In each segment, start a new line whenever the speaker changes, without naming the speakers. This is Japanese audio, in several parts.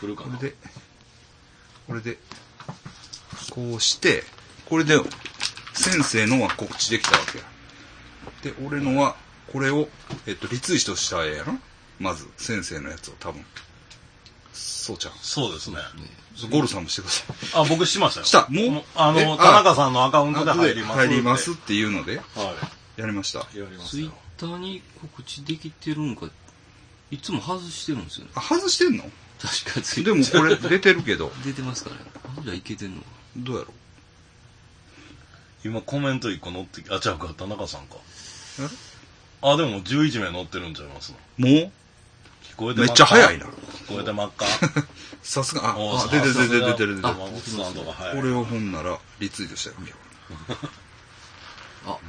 来るか
こ
な
れで、これで、こうして、これで、先生のは告知できたわけや。で、俺のは、これを、えっと、リツイートしたらええやろまず、先生のやつを多分。そうちゃん。
そうですね。
ゴルさんもしてください。
あ、僕しましたよ。
したもう
あ
え
の、
あ
田中さんのアカウントで入ります。
入りますっ。ていうので、
は
やりました。
い。やりま
ツ
す
イッ
よ。
ターに告知できてるんかいつも外してるんですよね
あ、外してんの
確かツイッ
でも
タ ー
これ出てるけど、
出てますからねあじゃあいけてんのか
どうやろ
今コメント1個載ってき、あ、ちゃうか、田中さんか。
え
あ、でも11名載ってるんちゃいますの。
うも
聞こえ
う
て
め
ま
っちゃ早いな。
聞こえて真っ赤。
さす が、あ、
お
あ
ー
出てる出てる出てる出て
さ
る
す。が山本さんとか早い。
これを本ならリツイートしたよ。
ああ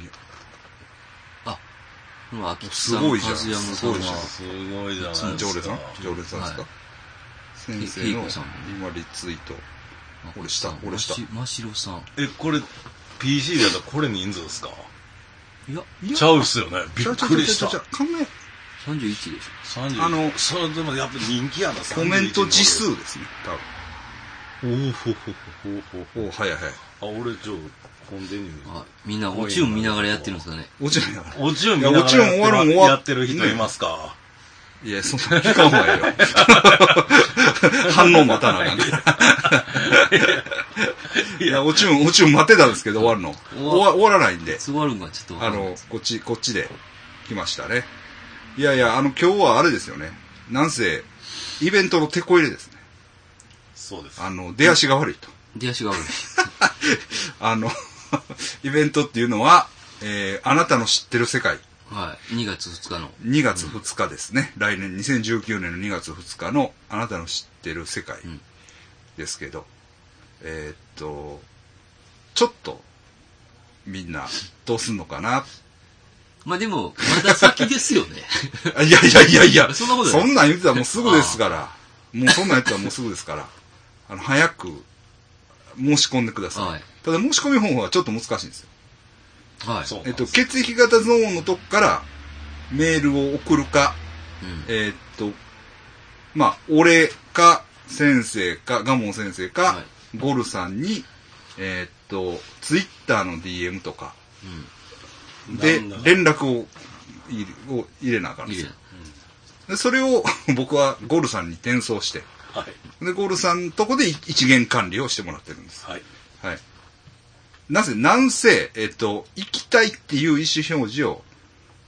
でも秋
すごいじゃん
和山
す
さん
ごい
は
じゃん
すごいじゃないですか。
常連さん常連さんですか
は
先
ひ
生
ひい
の
こさんも
今リツイート。俺した俺した
ま真白さん
え、これ、PC でやったらこれ人数ですか
いや
いや
ちゃうっすよね。びっくりし
ち
た
ゃ。うちゃうちゃうちゃう考
31でしょ
30
あの
それでもやっぱ人気やな、
え、コメント字
お
数ですね、
おほほほほ
多分。お早い早い。
ほ。あ、俺、ちょ、コンデニュー
あ。みんなオチを見ながらやってるんですかね
落ちないから。
おちろん見ながら
いやおちろん終わる
やって
終わ
やってる人いますか。
いや、そんな聞かんわよ。 反応待たなあかんから。いや、落ちるん、落ちるん待ってたんですけど、終わるの。終わ終わらないんで。
座るんがちょっとわか
あ
んない
の、こっち、こっちで来ましたね。いやいや、あの、今日はあれですよね。なんせ、イベントの手こ入れですね。
そうです。
あの、出足が悪いと。
出足が悪い
あの、 イベントっていうのは、えー、あなたの知ってる世界、
はい2月2日の
2月2日ですね。来年、2019年の2月2日の、あなたの知ってる世界
ん
ですけど、えーっと、ちょっと、みんな、どうすんのかな。
まあでもまだ先ですよね
あいやいやいやいや、
そんなことない
そんなん言ってたらもうすぐですから。もうそんなん言ってたらもうすぐですから。あの、早く申し込んでください。
はい
ただ申し込み方法はちょっと難しいんですよ。
はい
そうなん
えっ
です
と、血液型ゾーンのとこからメールを送るか、
うん
えっと、まあ、俺か先生か、ガモン先生か、
は
ゴルさんに、えっと、ツイッターの DM とか
うん
で
なんだか
連絡を入れを入れなあかんん
い
で
い
す
じ
よ
ゃん。
でそれを 僕はゴルさんに転送して、
はい。
で、ゴルさんとこで一元管理をしてもらってるんです。
はい。
はい。なぜ、なんせ、えっと、行きたいっていう意思表示を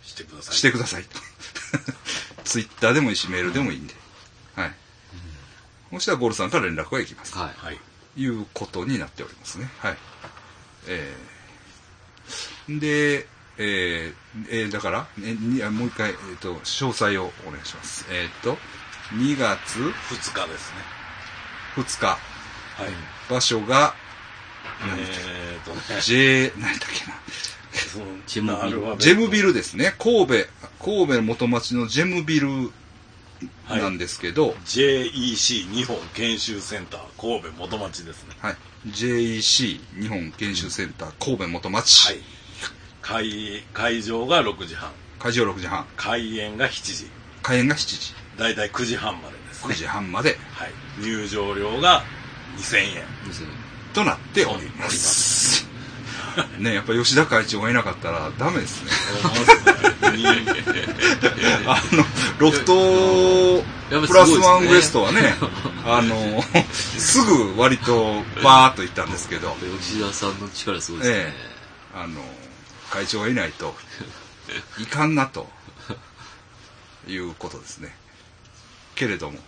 してください。
してくださいと。 ツイッターでもいいし、メールでもいいんで。はい。そしたらゴルさんから連絡がいきます。
はい
はい。
いうことになっておりますね。はい。えー、で、えーえーだから、えにあもう一回、えっ、と、詳細をお願いします。えっ、と、2月
2日ですね。
2日、
はい。
場所が、
えーっとね、
J、何やったっけな。
その
ジェムビル
アルファベット
ジェムビルですね。神戸、神戸元町のジェムビル
はい
なんですけど、
JEC 日本研修センター神戸元町ですね。
はい。JEC 日本研修センター神戸元町。
はい。会、会場が6時半。
会場6時半。
開演が7時。
開演が7時。
だいたい9時半までです
9
ね。
時半まで
はい。入場料が2000円。
ですよね
となっております。ねやっぱ吉田会長がいなかったらダメ ですね。あの、ロフト
やっぱすごいですね
プラスワンウエストはね、あの、すぐ割とバーっと行ったんですけど、
吉田さんの力すごいですね
えあの、会長がいないと、いかんなと、いうことですね。けれども、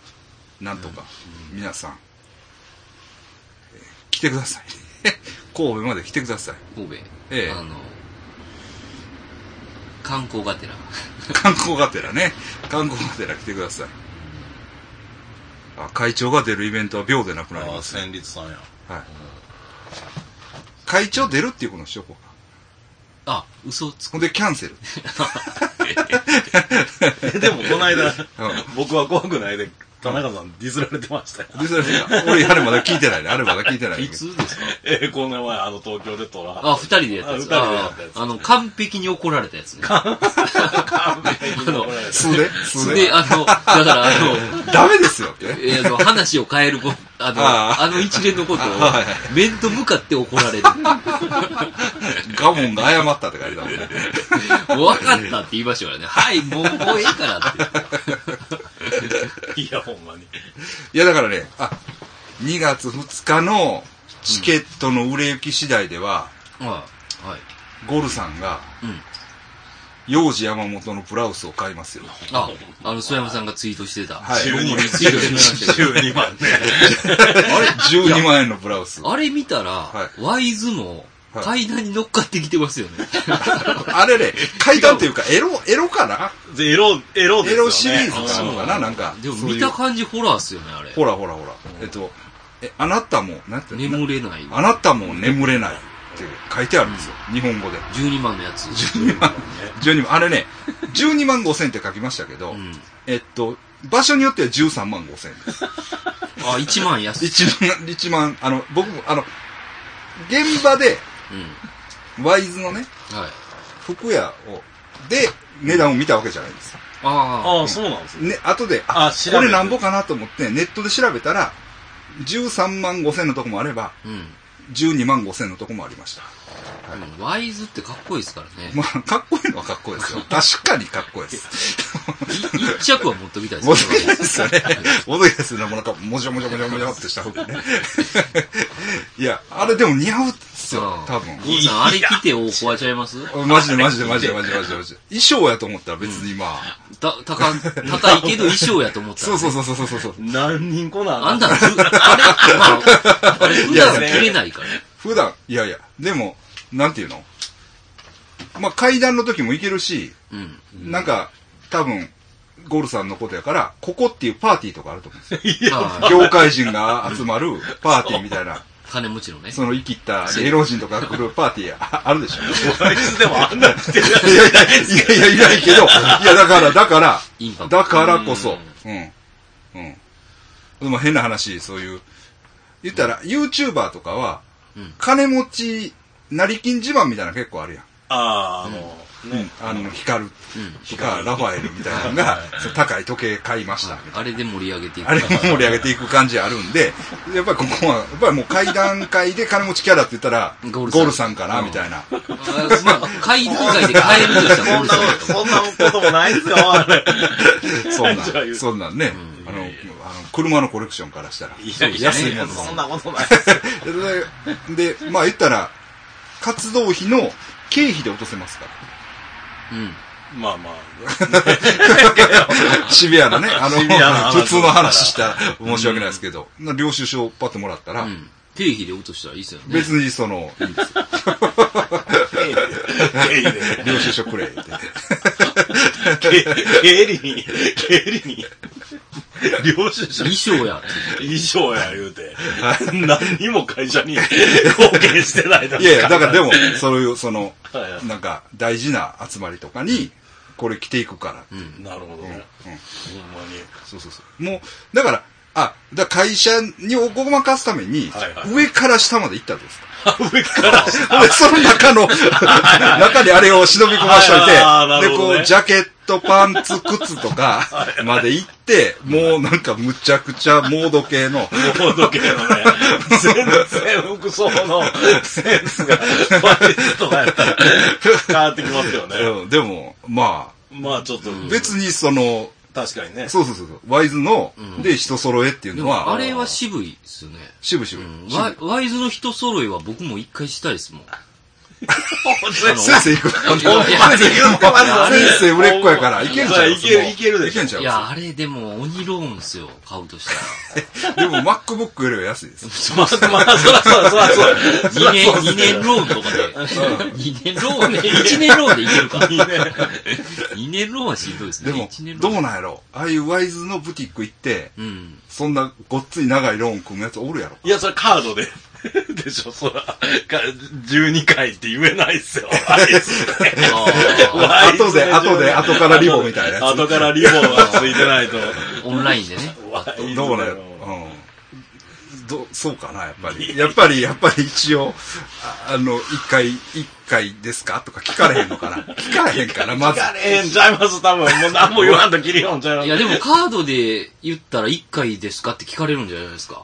なんとか、皆さん、えー来てください。 神戸まで来てください。
神戸
ええ
あの観光がてら
観光がてらね。観光がてら来てください。あ会長が出るイベントは秒でなくなり
ああ、
ます。
戦律さんや。
はい。会長出るっていうことにしとこうか。
あ嘘つく
ほんでキャンセル。
えでもこの間
ん、
僕は怖くないで、田中さんディスられてましたよ。
で、それ、俺、あれまだ聞いてないね。あれまだ聞いてない、ね。
いつですか
えー、この前、あの、東京で撮ら。
あ、二人でやったやつ。
あ二人でやったやつ
あーあの、完璧に怒られたやつね。あの、
素で素
素
で
で、あの、だからあの、
ダメですよって。
えー、あの話を変えるこあの、
あ
あの一連のことを
あはいは、
面と向かって怒られる。
ガモンが謝ったって書いてあるね。
もう分かったって言いましたからね。はい、もう、もうええからって。
いや、ほんまに。
いや、だからね、あ、2月2日のチケットの売れ行き次第では、
ああはい。
ゴルさんが、
うん。
幼児山本のブラウスを買いますよ。
あ、あの、曽山さんがツイートしてた。
はい
僕もリツイートしましたけど。
12万ね。
あれ ?12 万円のブラウス。
あれ見たら、
は
ワイズも
はい
階段に乗っかってきてますよ ね。
あれね、階段っていうか、エロ、エロかな
で、エロ、エロです
エ
よね。
ロシリーズなのかな
うん
なんか。
でも
そういう
見た感じホラーっすよね、あれ。
ほらほらほら。えっと、え、あなたも、なんていうの
眠れない。
あなたも眠れないって書いてあるんですよ。日本語で。
12万のやつ。
12万、あれね、12万5千って書きましたけど、
うん。
えっと、場所によっては13万5千です。
あ、1万安い。
1万、 一万、あの、僕も、あの、現場で、
うん。
ワイズのね、
はい。
服屋を、で、値段を見たわけじゃないんです。
あ
ああ、そうなんですね。
ね、後で、
あ
あ、
調べて
これなんぼかなと思って、ネットで調べたら、13万5千のとこもあれば、
あ。うん。
12万5千のとこもありました。
うんワイズってかっこいいですからね。
まあ、かっこいいのはかっこいいですよ。確かにかっこいいです。
い一着は持っときたいです
ボ
ね
ドゲですよね。ボドゲですよね。もうなんか、もじゃもじゃもじゃもじゃってした方がね。 いや、あれでも似合うっすよ
う、ん
多分。
ゴーさん、あれ着てを壊しちゃいます
マジでマジでマジでマジでマジでマジで。衣装やと思ったら別にまあ。
た、たかん、高いけど衣装やと思ったら
そう
ね。
そうそうそうそうそう。
何人こなん
あんた、ふあれ、まあ、あれ、普段は着れないから。
普段、いやいや、でも、なんていうのまあ階段の時も行けるし、
うん。
なんか、多分、ゴルさんのことやから、ここっていうパーティーとかあると思うんですよ。
ああ
業界人が集まるパーティーみたい な。
金持ちのね。
その生きった芸能人とか来るパーティーああるでしょ
あいつでもあんなって
いやいや、いやいや、いないけど、いや、だから、だから、
インパクト。
だからこそ、うん。うん。でも変な話、そういう、言ったら、YouTuber とかは
うん、
金持ち、成金自慢みたいなの結構あるやん。
ああ、あの、ね。
あの、光る
うん、
ヒカルラファエルみたいなのが、そう高い時計買いました。
あれで盛り上げていく。
あれも盛り上げていく感じあるんで、やっぱりここは、やっぱりもう階段階で金持ちキャラって言ったら、
ゴ
ゴ
ールさん
ールさんかな、みたいな。
あまあ、階段階で買えるとしたら
こ
ゴー
ん
ル
な
さんだと、
こんなことも ないですよ、あれ。
そん
じゃあ言う
な、
ん
そんなんね、あの、あの、車のコレクションからしたら。
いやいや、
安いもの
そんなことないですよ。
で、でまあ言ったら、活動費の経費で落とせますから。
うん。
まあまあ。
シビアなね、あの、
シビアな話
普通の話したら申し訳ないですけど、領収書をパッともらったら、
うん。経費で落としたらいいですよね。
別にその、いいんですよ
経理で。
領収書くれ、って。
経理に、経理に、領収書
衣装やって。
衣装や言うて、何にも会社に貢献してない
いやいや、だからでも、そういう、その
はいは、い
なんか、大事な集まりとかに、これ着ていくから。
なるほどね。ほんまに。
そうそうそう。もう、だから、あ、だから会社におごまかすために
はいは、い
上から下まで行ったんですか。
上から下
でその中の、中にあれを忍び込ましといて、
あーなる
で、
ほど
こ
ね
う、ジャケット、パンツ、靴とか、まで行って、もうなんかむちゃくちゃモード系の、
ボード系のね、全然服装のセンスが、バリッとかやったら、変わってきますよね。
うんでも、ま
まあちょっと、
あ、別にその、
確かにね。
そうそうそうそう、ワイズの、で、人揃えっていう
で
の
も、
は、
あれは渋いですよね。
渋々。
うんワイワイズの人揃いは僕も一回したいですもん。
先生行く。先
ほんまに
生
ほんまに
売れっ子やから、いけるんちゃう
いけるいけるでしょ
いけんちゃう
いや、あれでも鬼ローンですよ、買うとした
で
ら。
も MacBook よりは安いです。
まあ、まあ、そらそらそ らそら。
2年、2年ローンとかで。2年ローンで、1年ローンでいけるか。2年ローンはしんどいですね。
でも
一年、ロ
ど
ー
う
ン
なんやろああいうワイズのブティック行って、
うん。
そんなごっつい長いローン組むやつおるやろ。
いや、それカードで。 でしょ、そら。か12回って言えないっす よ。あいつね
あ
あ
あ
後で後で後からリボみたいなやつ
後からリボがついてないと。
オンラインでね。
ワい
ど
ど
うな
だ
ん
ろ
や
う
うん。どそうかな、やっぱり。 やっぱり、やっぱり一応、ああの、一回、一回ですかとか聞かれへんのかな聞かれへんかな、まず。
聞かれへんちゃいます、多分。もう何も言わんと切りよんちゃいます。
いや、でもカードで言ったら1回ですかって聞かれるんじゃないですか。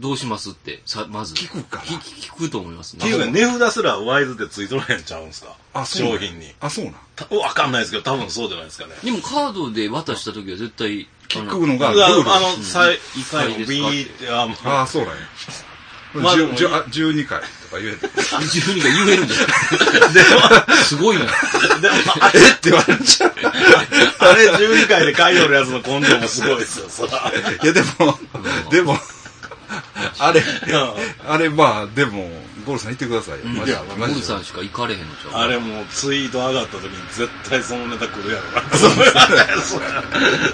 どうしますって、さ、まず。
聞くかな
聞聞くと思います
っていうか、
ね。
値札すらワイズでついとらへんちゃうんすか商品に。
あ、そうなん。
たわかんないですけど、多分そうじゃないですかね。
でもカードで渡した時は絶対、
聞
あの
くの
あ
が、ルール。
あの、最、一
回
回
ですか
ビーって、あ、もう
ああ、そうなんや。
まあ
じゅ
でも
じゅあ12回とか言えて。
自分が言えるんじゃ ないすごいな。
でも、あ
えって言われちゃう。
あれ12回で買いよるやつの根性もすごいですよ、そら。
いや、でも、でも、 あれ、あれ、まあ、でも、ゴルさん言ってくださいよ。マジで
いや
ゴ
マ
ル
ジで
さんしか行かれへんのちゃう
あれもうツイート上がった時に絶対そのネタ来るやろな。そうですね。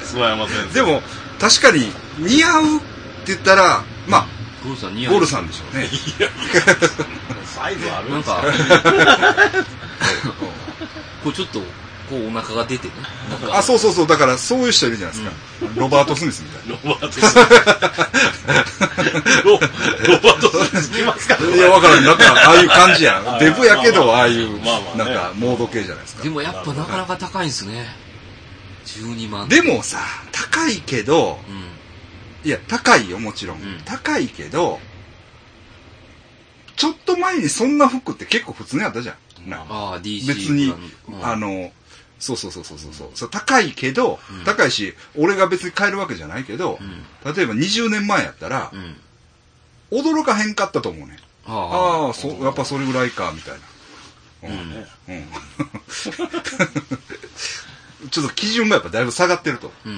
すまません。
でも、確かに、似合うって言ったら、ま
ゴルさん似
あ、
合う。
ゴルさんでしょうね。
サイズある
なん
です か
か、こうちょっと、こうお腹が出てね。なんか
あ、そうそうそう、だから、そういう人いるじゃないですか。ロバート・スミスみたい
ロバートスロロバートス来ますか
な。いや、わからん。なんか、ああいう感じやん。
はい
デブやけど、
まあまあ
ああいう
まあまあ、ね
なんか、モード系じゃないですか
で。もやっぱなかなか高いんすね。12万。
でもさ、高いけど、
う
いや、高いよ、もちろん。
うん
高いけど、ちょっと前にそんな服って結構普通にあったじゃん。なん
ん。
か
ああ、DC。
別に
う、ん
あの、そうそうそうそうそうそう、そう高いけど、
うん
高いし、俺が別に買えるわけじゃないけど
う、ん。
例えば20年前やったら
う、ん。
驚かへんかったと思うね。
ああ。
ああ、そう、やっぱそれぐらいか、みたいな。
う
う
ん
ん。うん。ちょっと基準がやっぱだいぶ下がってると。
う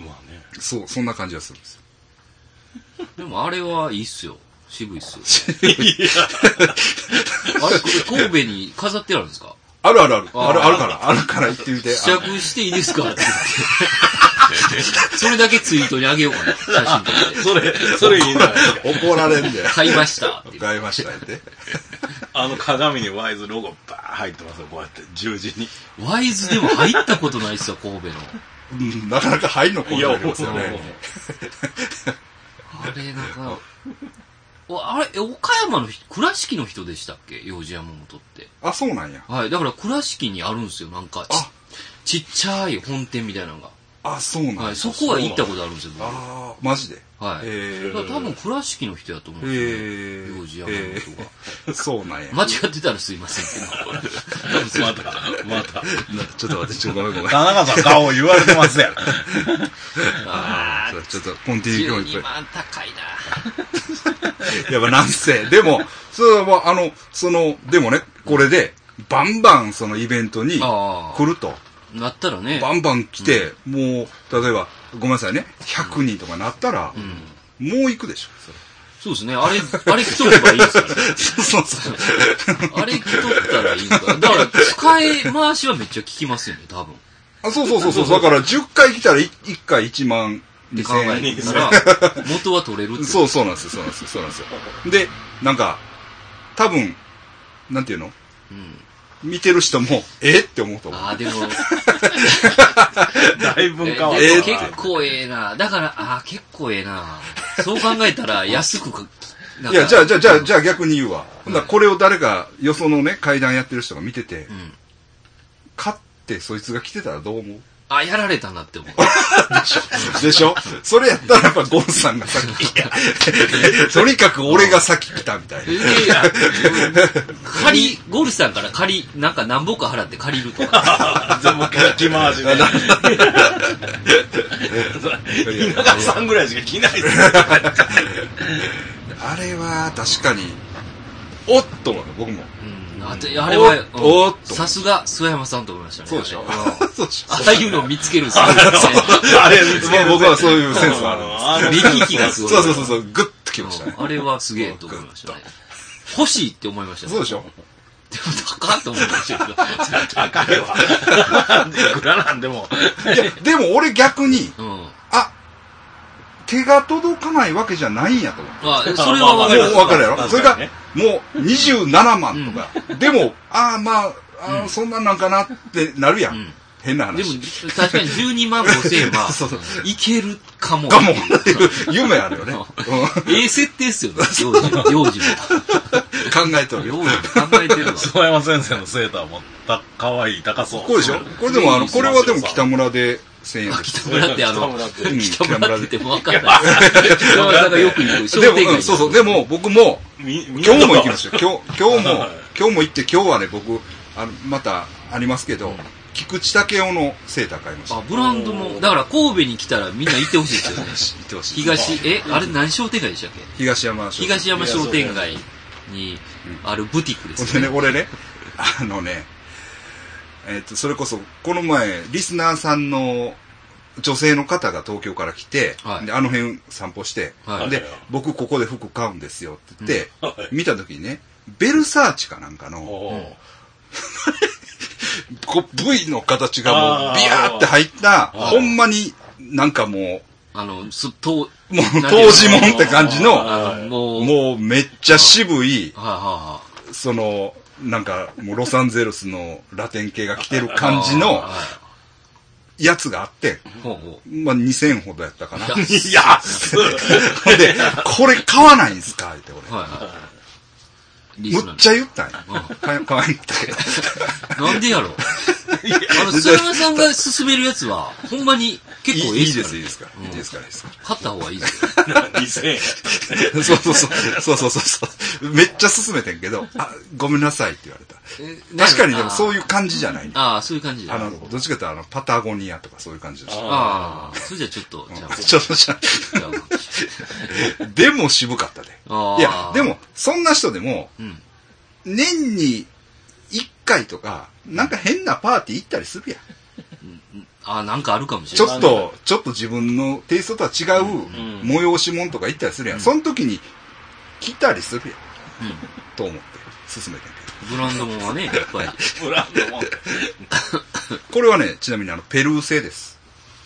ん。
まあね。
そう、そんな感じがするんですよ。
でもあれはいいっすよ。渋いっすよ。あれ、これ神戸に飾ってあるんですか
あるあるある。
あー
ある、あるから。あるから言ってみて。
試着していいですかって言って。それだけツイートにあげようかな。写真撮って。
それ、それいいな。
あの怒られんで。
買いましたって。
買いましたって。
あの鏡にワイズロゴバー入ってますよ、こうやって十字に。
ワイズでも入ったことないっすよ、神戸の。
うんなかなか入んのこ
いや
なりますよ
ほん
ね
ま。
あれ、なんか、おあれ、え岡山の人、倉敷の人でしたっけ幼児山本って。
あ、そうなんや。
はい、だから倉敷にあるんですよ、なんか
あ
ち、ちっちゃい本店みたいなのが。
あ、そうなんや。
はい、そこは行ったことあるんですよ、僕は
ああ、マジで。
い。
え
だから多分倉敷の人やと思うんですよ、ね。
え
幼児山本が。
えそうなんや。
間違ってたらすいませんけど。
また、また。
ちょっと私、ちょっとごめんごめん。
田中さん顔言われてますやん。
あ
ちょっとコンティニュー教育
12。万高いな。
やっぱなんせ。 でも、それは、あの、その、でもね、これで、バンバンそのイベントに
あ
来ると。
あ。なったらね。
バンバン来て、もう、例えば、ごめんなさいね、100人とかなったら、
うん。
もう行くでしょ。
そうですね。あれ、あれ着とけばいいです からね。
そうそうそう。
あれ着とったらいいですから。だから、使い回しはめっちゃ効きますよね、多分。っ
あそうそうそうそう。だから10回来たら 1, 回1万
て考
2000
え
円。
たら、元は取れるって。
そうそうなんですよ、そうなんですよ、そうなんですよ。で、なんか、多分、なんていうの
うん。
見てる人も、えって思うと思う。
ああ、でも、
だいぶ
え
変わっ
でも
たな。
結構ええな。だから、ああ、結構ええな。そう考え たら、安くか、なん
い
か
や、じゃあ、じゃあ、じゃあ、じゃあ逆に言うわ。ほんならこれを誰か、よそのね、階段やってる人が見てて
う、ん。
勝ってそいつが来てたらどう思う
あ、やられたなって思う。
でしょそれやったらやっぱゴンさんが先来た。 とにかく俺が先来たみたいな。
いや、借り、ゴルさんから借り、なんか何本か払って借りると か。
じゃあもう一回着回しね。 田中さんぐらいしか着ないですよ。
あれは確かに、おっと思った僕も。
うん、あとあれは、
お
うん
おっと
さすが、諏訪山さんと思いましたね。
そうでしょ
あれう ん
そうでしょ
ああいうのを見つけるんですよ。ね
あれ見つける
僕はそういうセンスがあるんです。
力がすごい
そうそうそうそう、グッときましたね。
あれはすげえと思いましたね。欲しいって思いましたね。
そうでしょ
でも高っと思いましたけど。
高いわ。いくらなんでも。
いや、でも俺逆に、
うん。
あ、手が届かないわけじゃないんやと思う。
あ、それはわかる
もう。分かるやろそ
確
れ
か
が
にね、
もう27万とか。でも、ああまあ、あーそんなんなんかなってなるや。
うんん。
変な
でも
話。、
確かに12万5千円 は
そうそう、
いけるかも。
かもっていう夢あるよね。うん
ええ設定っす よね、幼児も。幼児も。
考えておる
幼
よ。
児も考えてる わ。
諏訪山先生のセーターもた、かわいい、高そう。
これでしょこれでも、あの、これはでも北村で1000円です。
北村ってあの、
うん
北村って言っても分かんない。北村さんがよく行く商
で
店
も、
街
うんそうそう、でも僕も、
み、みんな
今日も行きましたよ。今日、今日も
はい、
今日も行って、今日はね、僕、あの、またありますけど、菊池武雄のセーター買いました。
あ、ブランドも、だから神戸に来たらみんな行ってほしいですよね。
行ってほしい。
東、え、あれ何商店街でしたっけ
東山商店
東山商店街にあるブティックで
ほん
す
で
ね
ね、。俺ね、あのね、えっ、と、それこそ、この前、リスナーさんの女性の方が東京から来て、
はい
であの辺散歩して、
はい
で、僕ここで服買うんですよって言って、見た時にね、ベルサーチかなんかの、
おー
こう V の形がも
あ
う
ー
ビヤーって入った、
はい
ほんまになんかも
あの、す、と、
う、もう
なんていうの
当時もんって感じの、
あの、もう、は
も
い
うめっちゃ渋い、
はいは
その、なんかもうロサンゼルスのラテン系が着てる
いはい。
感じの
はい
やつがあって、
ほうほ
まあ、2000ほどやったかな。
安
いや、ほんで、これ買わないんすかって
う。
俺。
はいはい。リス
む
ナ
っ
ー
ちゃ言ったんや
う。
買え買わないって。
なんでやろうあの、菅山さんが勧めるやつは、ほんまに
い
結構
い
い
い
い
い
で
ですす、
か
いい
ら
ですから。いいですから、いいですか
買った方がいいですよ。。
2000円。
ら。そうそうそう。そうそうそうそう。めっちゃ勧めてんけど、あ、ごめんなさいって言われた。 確かにでもそういうう感じじゃない。
ああ、そういう感じだ。
あの、どっちかというとあの、パタゴニアとかそういう感じでした。
ああ、それじゃちょっと、じゃ
ちょっとじゃ
あ、じゃ
でも渋かったで。
あ。
いや、で
も、
も、そんな人でも、
うん。
年に1回とか、なんか変なパーティー行ったりするやん。
ああ、なんかあるかもし
ち
れ
ょ
ない。
っと、ちょっと自分のテイストとは違う
うん
催し物とか行ったりするやん。その時に来たりするやん。と思って進めてんけ
ブランドもんはね、やっ ぱり。
ブランドも。
ど。これはね、ちなみにあの、ペルー製です。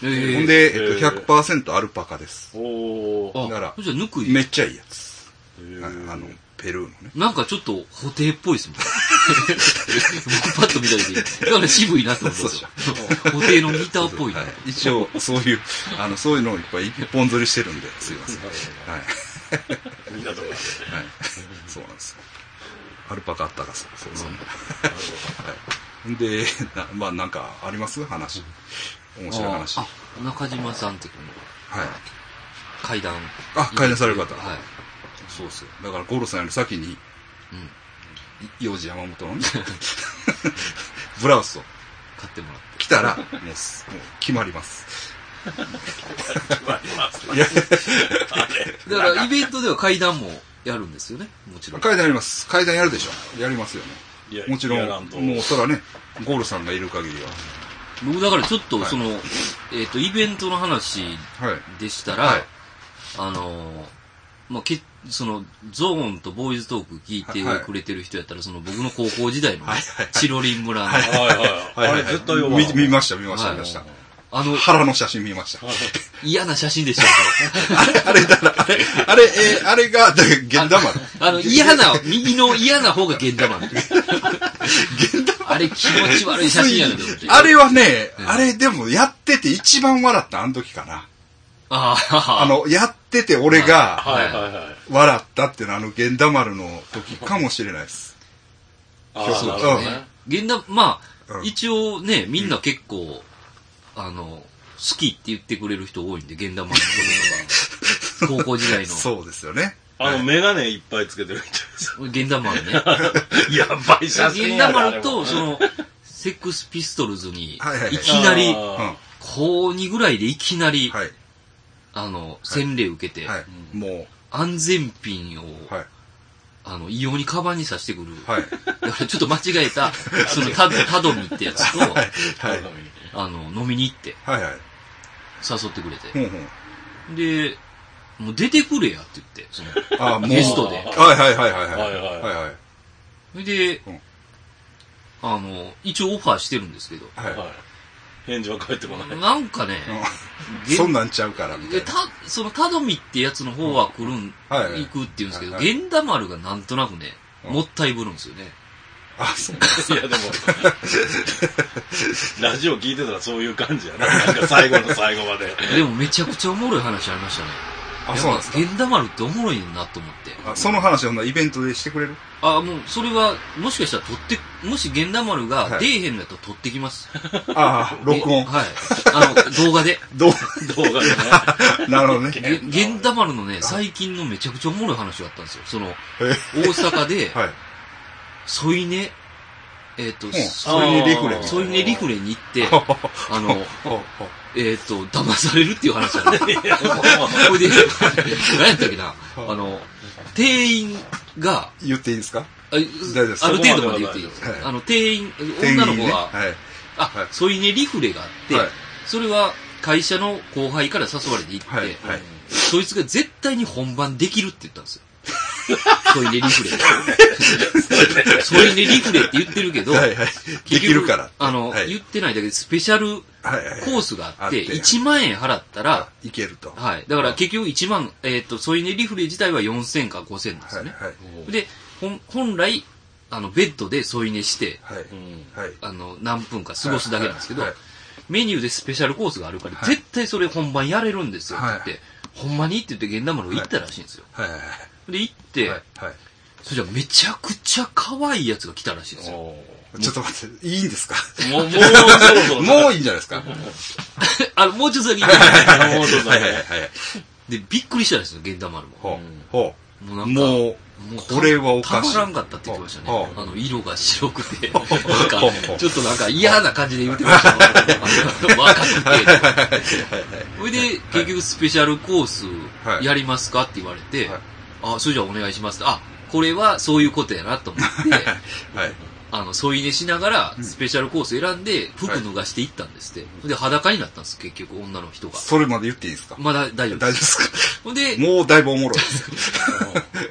え
ほん
え。
で、
へ
えっ
ー
と、100%アルパカです。
おー。
あ、
なら
それじゃあ、ぬくい。
めっちゃいいやつ。
え
あ
ー
の、ペルーのね。
なんかちょっと、固定っぽいですもん。 僕パッと見た時に、なんか渋いなと思ったんですよ。固定のギターっぽいな。
はい一応、そういう、あの、そういうのをいっぱい一本釣りしてるんで、すいません。はい。
みんなとか。
はい。そうなんですよ。アルパカあったかそう。そうそう。はいで、なまあなんかあります話。面白い話。
あ
はい。
あ中島さんってこの階段。
あ、改善される方。
はい。
そうですよ。だからゴロさんより先に、
うん。
幼児山本のね ブラウスを
買ってもらって。
着たら、もう、もう決まります。
まあります
いや、
だから、イベントでは階段もやるんですよね。もちろん。
階段やります。階段やるでしょ。やりますよね。
いや
もちろ
やらと
ん、もうそらね、ゴロさんがいる限り
僕、だからちょっと、
はい
その、えっと、イベントの話
は。はい。
でしたら、
はい
あのー、まあ、け、その、ゾーンとボーイズトーク聞いて
はい
くれてる人やったら、その、僕の高校時代の
はいはいはい、
チロリン村の、
はいはい。あれ絶対読まない
見見ました、見ました、
はい
見ました。
あの、
腹の写真見ました。
嫌な写真でしたけど
あ れ、あれだから、あれ、あれ、えーあれが、だから、源玉だ。
あの、嫌な、右の嫌な方が源玉。 あれ気持ち悪い写真やねんけど。
あれはね、あれでもやってて一番笑った、あの時かな。
ああ、
あの、やってて俺が
はいはいはい。
笑ったっていうのはあの、源田丸の時かもしれないです。
あ
そう
ーなるほどね。
源田、まあ、
うん
一応ね、みんな結構、あの、好きって言ってくれる人多いんで、源田マンのこととか、高校時代 の。
そうですよね。
あの、メガネいっぱいつけてるみた
源田マンね。
いな。やばい写真
源
や
田
な。
マンと、その、セックスピストルズに
はいはいは、い
いきなり、
うん。
あ
は
高2ぐらいでいきなり、
い。はい。
あの、洗礼受けて、
も
安全ピンを、
う、 はい。
あの、異様にカバンに刺してくる。
はい。
だから ちょっと間違えた、 その、た、たどみってやつと、
はい。
あの、飲みに行って、
はいはい。
誘ってくれて。
ほうほう。
で、もう出てくれやって言って、その、
あー、もう。
ゲストで
はいはいはいはい。
はいはい
はいはい。
それで、
うん
あの、一応オファーしてるんですけど、
はい
はい。返事は返ってこない。
なんかね、
うんそんなんちゃうから、みた
え
いな
た。、その、たどみってやつの方は来るん、
はいはい
行くって言うんですけど、
はいはい
源田丸がなんとなくね、
うん
もったいぶるんですよね。
あ、そう。
いやでも、ラジオ聞いてたらそういう感じやな。なんか最後の最後まで。
でもめちゃくちゃおもろい話ありましたね。
あ、そうなんですか。
やっぱ源田丸っておもろいなと思って。
あその話はほんならイベントでしてくれる
あ、もう、それは、もしかしたら取って、もし源田丸が
はい
出えへんのやったら取ってきます。
ああ、録
え
音。
はい。あの、動画で。
どう
動画でね。
なるほどね。
げ源田丸のね、最近のめちゃくちゃおもろい話があったんですよ。その、大阪で、
はい。
添い寝、えっ、と、
ん
添
い寝リフレ
い
あー
添い寝リフレ に行って、あの、
ほうほう
えっ、と、騙されるっていう話なん で、こ
いやもう。
れで、何やったっけな、あの、店員が、
言っていいですか
あある
丈夫です
程度まで言っていい
そこまでは大丈夫で。す
あの、店員、
店員
女の
に
子
ね
が、
はい。はい
あ、添い寝リフレがあって、
はい
それは会社の後輩から誘われて行って、
はい。はい。
そいつが絶対に本番できるって言ったんですよ。 添い寝リフレ。 添い寝リフレって言ってるけど、
はいはい。で
結
き
局
るから。
あの、
はい
言ってないだけでスペシャル
はいはい。
コースが
あ
あっ、
ってて
1万円払ったら、
いけると。は
はい。だから結局1万、えっ、と、添い寝リフレ自体は4000か5000なんです
い
よ
はい
ね。。で、本本来、あの、ベッドで添い寝して、
はいう
ん
はい。
あの、何分か過ごすだけなんですけど
はいはい、
メニューでスペシャルコースがあるから、
はい
絶対それ本番やれるんですよって言って、ほんまにって言って源田丸が行ったらしいんですよ。
はいはい
で、行っ
はい。
て、
はい。は
それじゃめちゃくちゃ可愛いやつが来たらしいんですよ。
も
い。ちょっと待って、いいんですか
う、もうそろそろ。
もういいんじゃないですか
あの、もうちょっとだけ行
もうちょっと
は
だ
いはい
け
はい。はい
ってで、びっくりしたんですよ、源田丸も。
ほう。ほ
もうな
う。
んか、も
も
う
う、これはお
た
か
ま
しい。
らんかったって言ってました
ほ
ね。
う
あの、色が白くて、なんか
ほうほ、う
ちょっとなんか嫌な感じで言ってましたね。 若くて。それで、結局スペシャルコースやりますかって言われて、
はい
あ、それじゃあお願いしますって。あ、これはそういうことやなと思って、
はい。
あの、添い寝しながら、スペシャルコース選んで、服脱がしていったんですって。で、裸になったんです、結局、女の人が。
それまで言っていいですか
まだ大丈
大丈夫
夫で。
ですすか
ほんで、
もうだいぶおもろいです。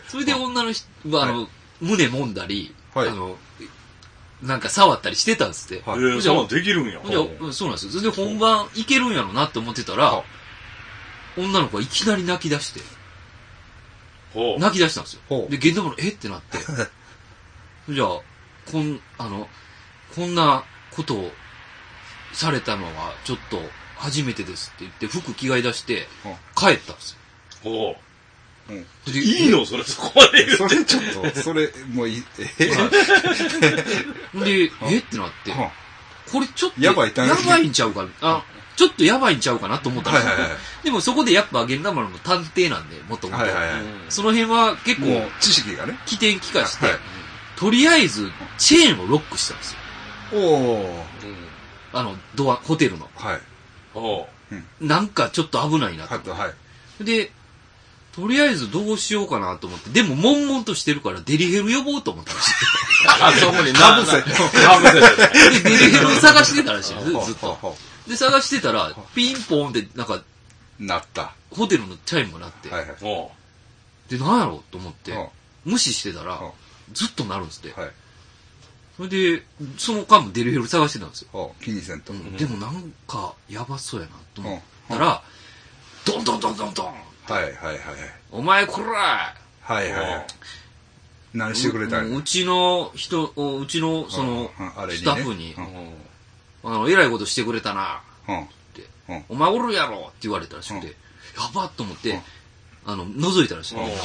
それで女の人は、あの、胸揉んだり、
はい
あの、なんか触ったりしてたんですって。
はい
えー、そんなんできるんや。
ほんでうんそうなんですよ。それで本番いけるんやろなって思ってたら
は、
女の子がいきなり泣き出して、
ほう。
泣き出したんですよ。
ほう
で、源田村、えってな って。じゃあ、こん、あの、こんなことをされたのは、ちょっと、初めてですって言って、服着替え出して
うん、
帰ったんですよ。
ほ
うん
で
う。いいのそれそこまで言う
それちょっと、それ、もういい、え
で、えってなって、
は
これちょっと、
やばい単
やばいんちゃうか、あ、ちょっとやばいんちゃうかなと思ったんですよ。
はいはいはい
でもそこでやっぱ、源田丸の探偵なんで、もともと。
はいはいは
その辺は結
い。も
構
う、、知識がね。
起点気化して、
はい
とりあえず、チェーンをロックしたんですよ。
おお
うん
あの、ドア、ホテルの。
はい。
ほ
なんかちょっと危ないな
はと、
と。
はい。
で、とりあえずどうしようかなと思って、でも悶々としてるからデリヘル呼ぼうと思ったらし
う。あ、そこに
かぶせて
かぶせて。
い。で、デリヘルを探してたらしいんです、ずっ
ほ
と。
うほ
で、探してたら、ピンポンって、なんか、
うなった。
ホテルのチャイムが鳴って、
はいはい。っ
ほ
で、なんやろうと思って、
は
無視してたら
は、
ずっと鳴るんですって。
い。
それで、その間もデリヘル探してたんですよ。
ほう、気にせんと。
うんでもなんか、やばそうやなと思っ
うん
たら、ドンドンドンドンドン
はいはいはい。
お前こら
はいはいはい。何してくれたん
う
や
うちの人、おうちの、その
うんうんあ、れにね
スタッフに
う、
う。
ん
あの、えらいことしてくれたな、
うん。
って
うん。
お前おるやろって言われたらしくて、
うん
やばっと思っ
う
て
ん、
あの、覗いたらしいん
うん
で。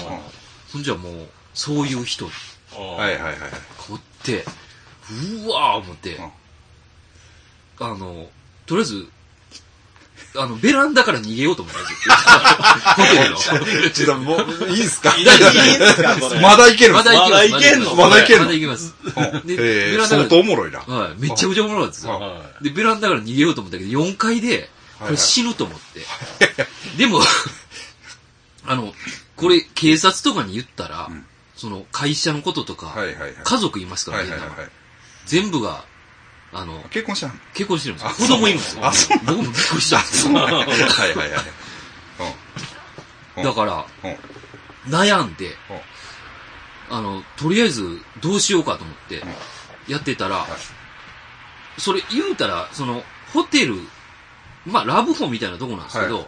ほんじゃもう、そういう人に
うん
はいはいはい。
囲って、うわー思って、あの、とりあえず、あの、ベランダから逃げようと思ったんですよ。 ホテルの。
ちょっともう、いいんすか
いやいいんすかそれ
まだいけるんす
ま
か
だいける
まだいけんの
まだいけます。
うん
で
え
ベ
ー
ランダ
相
が
当おもろいな。
はい、めちゃくちゃおもろかったです
う
よ。
ん
は
で、ベランダから逃げようと思ったけど、4階で、これ死ぬと思 って。でも、 あの、これ警察とかに言ったら、
ん
その会社のこととか、
はいはいはい。
家族いますから、
はい
みん
はい
な
はい
が
はい。
全部が、あの、
結婚したんは
結婚してるんです
あ
よ。子供いるんですよ。
あそう
僕もびっくりしたんですよ。
いはいはい。 うん
だから、
うん。うん
悩んで、あの、とりあえずどうしようかと思って、やってたら、それ言うたら、その、ホテル、まあ、ラブホみたいなとこなんですけど、
はい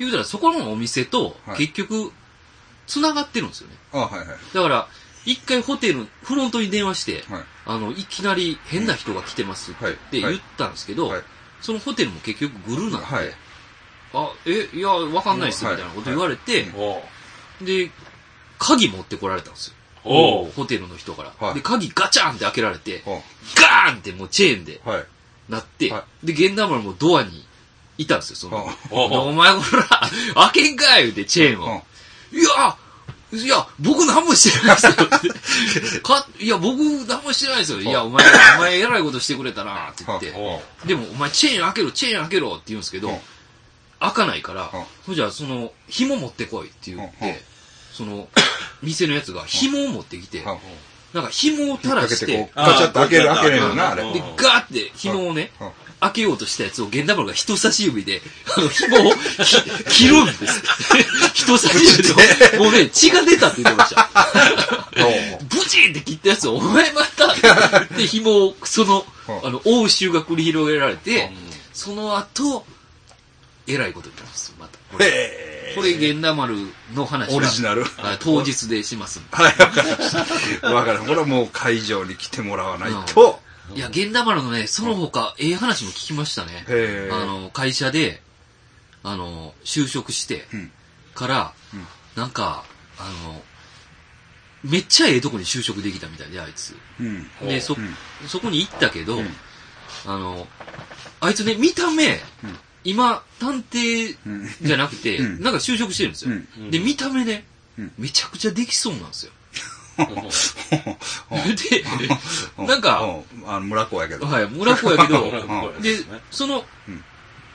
言うたらそこのお店と
は、い
結局、繋がってるんですよね。
あ、はいはい。
だから、一回ホテル、フロントに電話して、
はい。
あの、いきなり変な人が来てますっ
はい
て言ったんですけど、
はい
そのホテルも結局グルーなんで、
はい
あ、え、いや、わかんないっす、みたいなこと言われて、
おう
で、鍵持ってこられたんですよ。
おう
ホテルの人から。
はい
で、鍵ガチャンって開けられて、
は
ガーンってもうチェーンで
あはい。
なって、
は
で、ゲンダーマンもドアにいたんですよ、その。
は
おう
お前こら、開けんかい言うて、チェーン
あ
を。
はい
や、いや、僕何もしてな いですよ。かいや、僕何もしてないですよ。いや、お前、お前偉いことしてくれたなって言って。
おう
でも、お前チェーン開けろ、チェーン開けろって言うんですけど
うん、
開かないから
うん、
それじゃあその、紐持ってこいって言っ
うんうん
て、その、店のやつが紐を持ってきて
あ、はあ
なんか紐を垂らし
かけて
て
こ、う、ガチャッと開ける、
あー
開けれるな、
ガチ
あれ。
ャッ
は
と
で、
うん
ガーって紐をね
うん、
開けようとしたやつを、ゲンダマルが人差し指で、あの、紐をき切るん です。人差し指で。もうね、血が出たって言ってました。ブチって切ったやつを、お前ま たで、紐を、その
う、ん
あの、応酬が繰り広げられて
うん、
その後、えらいことになりますよ、また。こ
あ
れ、
へ
これゲンダマルの 話
ー
は
オリジナル。
はい当日でしますんで。
はい、わかりました。わかる。これはもう会場に来てもらわないと。
いや、ゲンダマルのね、その他、ええ話も聞きましたね。
へー
あの、会社で、あの、就職して
うん、
から、
うん
なんか、あの、めっちゃええとこに就職できたみたいで、あいつ。
うん。
お
で、そ、
うん
そこに行ったけど、
うん
あの、あいつね、見た目、
ん
今、探偵
うん。
じゃなくて、
うん
なんか就職してるんですよ。
うん
で、見た目ね、
うん
めちゃくちゃできそうなんですよ。
うん
で、なんか、
うん、あの村子やけど。
はい、村子や けど、
う
で、その、
うん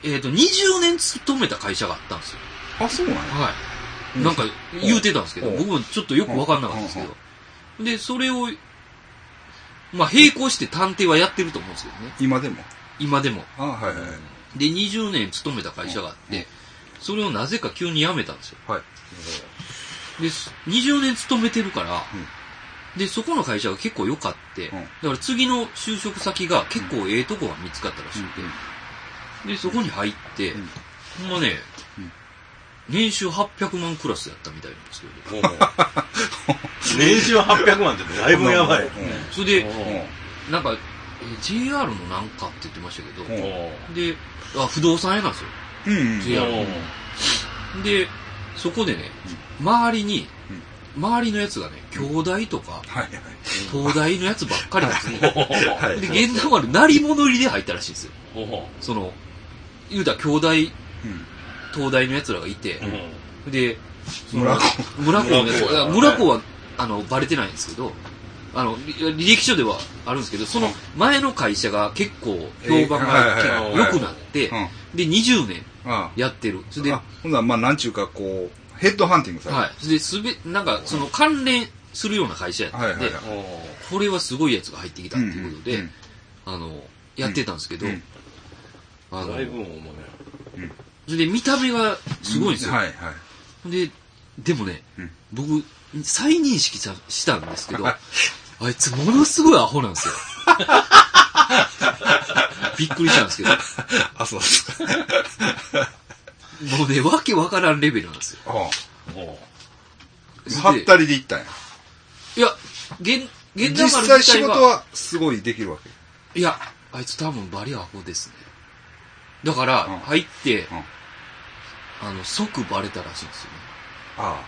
えっ、と、20年勤めた会社があったんですよ。
あ、そうなんや。
は
う
い。
ん
なんか言うてたんですけど、
うん
僕もちょっとよくわかんなかったんですけ
うん
ど。で、それを、まあ、並行して探偵はやってると思うんですけどね。
今でも。
今でも。
あ、はいはい
で、20年勤めた会社があっ
うん
て、それをなぜか急に辞めたんですよ。
はい。
で、す20年勤めてるから、で、そこの会社が結構良かって、
うん
だから次の就職先が結構ええとこが見つかったらしくて、で、そこに入って、
うん
ほんまね、
うん
年収800万クラスやったみたいなんですけど、
おう年収800万ってだいぶやばい。
う
それで、
ん。うん
なんか、え JR のなんかって言ってましたけど、
うん
で、あ、不動産屋なんですよ。
うん。
いやで、そこでね、周りに、周りのやつがね、京大とか、
はいはい。
東大のやつばっかりなんですよ。
はい
で、源田丸、鳴り物入りで入ったらしいんですよ。
おう
その、言うたら兄弟、
うん。
東大のやつらがいて
う、ん
で、その
村子。
村子のや
村
つ
子
が、
はい
村子は、あの、バレてないんですけど、あの、り履歴書ではあるんですけど、その前の会社が結構評判が
えー
はいはいはい
良くなって
う、ん。
で、20年
あ
やってる。それで、
あ。ほんなら、まあ、なんちゅうか、こう、ヘッドハンティングされ
はい。で、すべ、なんか、その関連するような会社やったん
はい
で
はいは、
おう
これはすごいやつが入ってきた
た
っていうことで
ん、
あの、やってたんですけど
うんうん、
あの
だい、ぶもうね。
それで見た目がすごいんですよ。
はいはい。
で、でもね
うん、
僕、再認識さしたんですけど、
はい
あいつものすごいアホなんですよ。 びっくりしたんですけど、
あ、そうですか。
もうね、わけわからんレベルなんですよ。
は
おう
はったりで行ったんや。
いや、げん、げんだ
実
まる
際
自
仕
体
事
は、
はすごいできるわけ。
いや、あいつ多分バリアアホですね。だから
うん、
入って
ん、
あの、即バレたらしいんですよね。
あ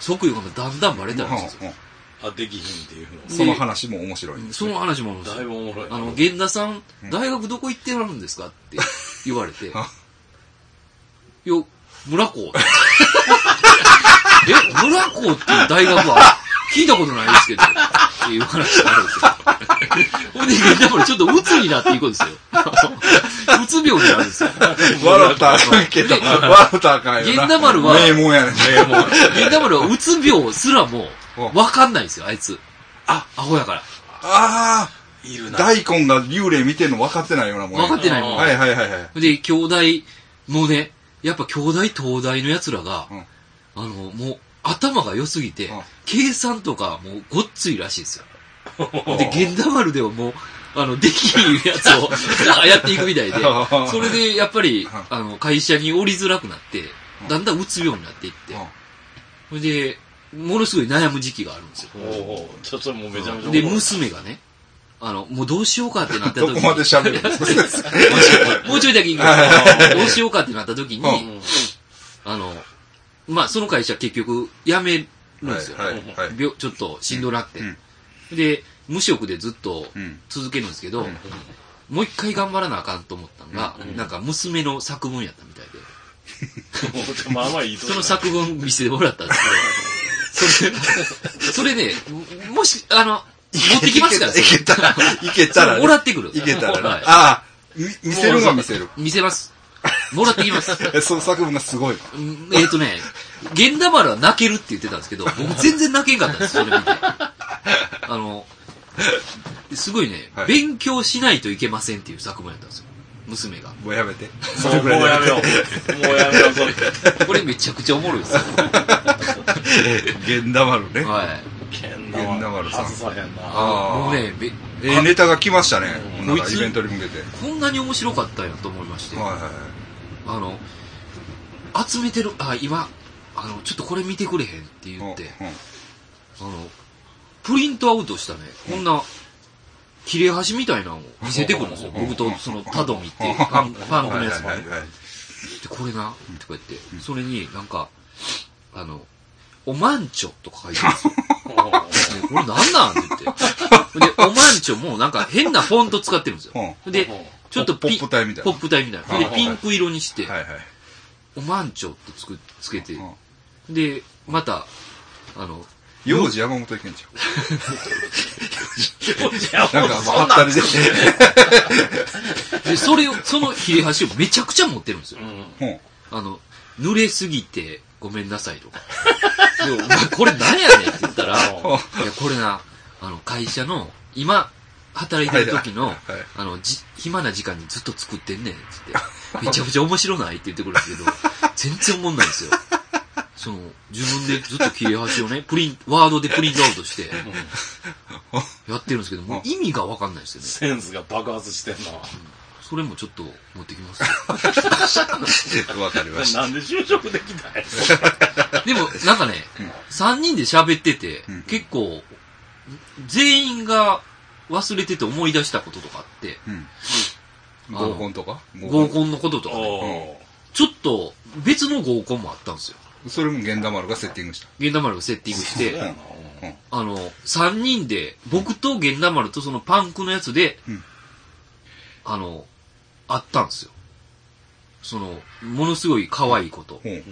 即いうことだんだんバレ
あ。
たらしいんですよ。
うんうん
あ、できひんっていうの。
その話も面白い。
その話もあるんですよ
だいぶおもろいな。
あの、
ゲ
源田さん、大学どこ行ってなるんですかって言われて、
あ
よ、村校。 え、村校っていう大学は聞いたことないですけど、っていう話があるんですよ。ほんで、源田丸ちょっと鬱になっていくんですよ。 うつ病になるんですよ。
笑ったらあかんけど、
で
笑ったらあかんよな。
源田丸は
名門やねん。名門。
源田丸はうつ病すらもわかんないんですよ、あいつ。あ、アホやから。
あ
いる
あ、
な。
大根が幽霊見てんの分かってないようなもんや。
分かってないもん
はいはいはいはい。
で、兄弟もね、やっぱ兄弟東大の奴らが、
うん
あの、もう頭が良すぎて、
うん
計算とかもうごっついらし いですよ。で、源田丸ではもう、あの、できんやつ をやっていくみたいで、それでやっぱり
ん、
あの、会社に降りづらくなって
う、ん
だんだん打つようになっていって
うん、
それで、ものすごい悩む時期があるんですよ。
おうおうちょっともうめちゃめちゃおもろ
で、
い
娘がね、あの、もうどうしようかってなった
ど
時に。
こまで喋るんですか
もうちょいだけ言います。どうしようかってなった時に、
う
あの、まあ、その会社結局辞めるんですよ。
はいはいはい
病ちょっとしんどなって、
うん
で、無職でずっと
うん
続けるんですけど、もう一回頑張らなあかんと思ったのが、
うん
なんか娘の作文やったみたいで、
もうまあまあいいと
その
こ
作文見せてもらったんですけど、それ、それね、もし、あの、持ってきますから、
いけたら、いけたらね。
もらってくる。
いけたらな
はい
ああ、み見せるは見せる。
見せます。もらってきます。
えその作文がすごいわ。
うんえっ、ー、とね、源田丸は泣けるって言ってたんですけど、僕全然泣けんかったんです、それ見て。あの、すごいね、
はい
勉強しないといけませんっていう作文やったんですよ。娘が。
もうやめて。そ
も
れ
う
ぐ
もう
ら
や
い
め
で
よ
や
う。もうやめよう、それ。
これめちゃくちゃおもろいですよ。
めて。源田丸ね。
はい。
けん
なわ
外さへんな。
あ
もう
あ。
ね、べ
ええネタが来ましたね。なん
こ
か
いつ
イベントに向けて。
こんなに面白かったんやと思いまして、
はいはいはい。
あの、集めてる、あ、今、あの、ちょっとこれ見てくれへんって言って、
うんうん
あの、プリントアウトしたね、こんな、切れ端みたいなのを見せてくるんですよ。
うん
僕とそのタドミっていうファン、ファンクのやつも。
はい
で
はい、はい
これな、とか言って、それになんか、あの、おまんちょとか書いてる んですよ。でこれなんなんって言って。で、おまんちょもなんか変なフォント使ってるんですよ。で、ちょっとピ
ポップ体みたいな
ポップ体みたいな。で、
はい
ピンク色にして、
はいはい。
おまんちょってつく、つけて
う、ん
で、また、あの、
幼児山本いけん ちゃ
いや、
う。なんか、ばったりで。
で、それを、その切れ端をめちゃくちゃ持ってるんですよ
う。ん。
うん
あの、濡れすぎてごめんなさいとか。でも、お前これ何やねんって言ったら、いや、
うん
これな、あの、会社の、今、働いてる時の、
はいはい
あの、じ、暇な時間にずっと作ってんねんって言って、めちゃくちゃ面白ないって言ってくるんですけど、全然思んないんですよ。その、自分でずっと切れ端をね、プリン、ワードでプリントアウトして、やってるんですけど、もう意味がわかんないですよね。
センスが爆発してんな。
それもちょっと持ってきます。
わかりました。
なんで就職できない
でも、なんかね、3人で喋ってて、
ん
結構、全員が忘れてて思い出したこととかあって、
うん合コンとか
合コンのこととかね、
お
ちょっと別の合コンもあったんですよ。
それも源田丸がセッティングした。
源田丸がセッティングし
そう
て
や、な
あの、3人で、僕と源田丸とそのパンクのやつで、
うん
あの、あったんですよ。その、ものすごい可愛いこと。
うん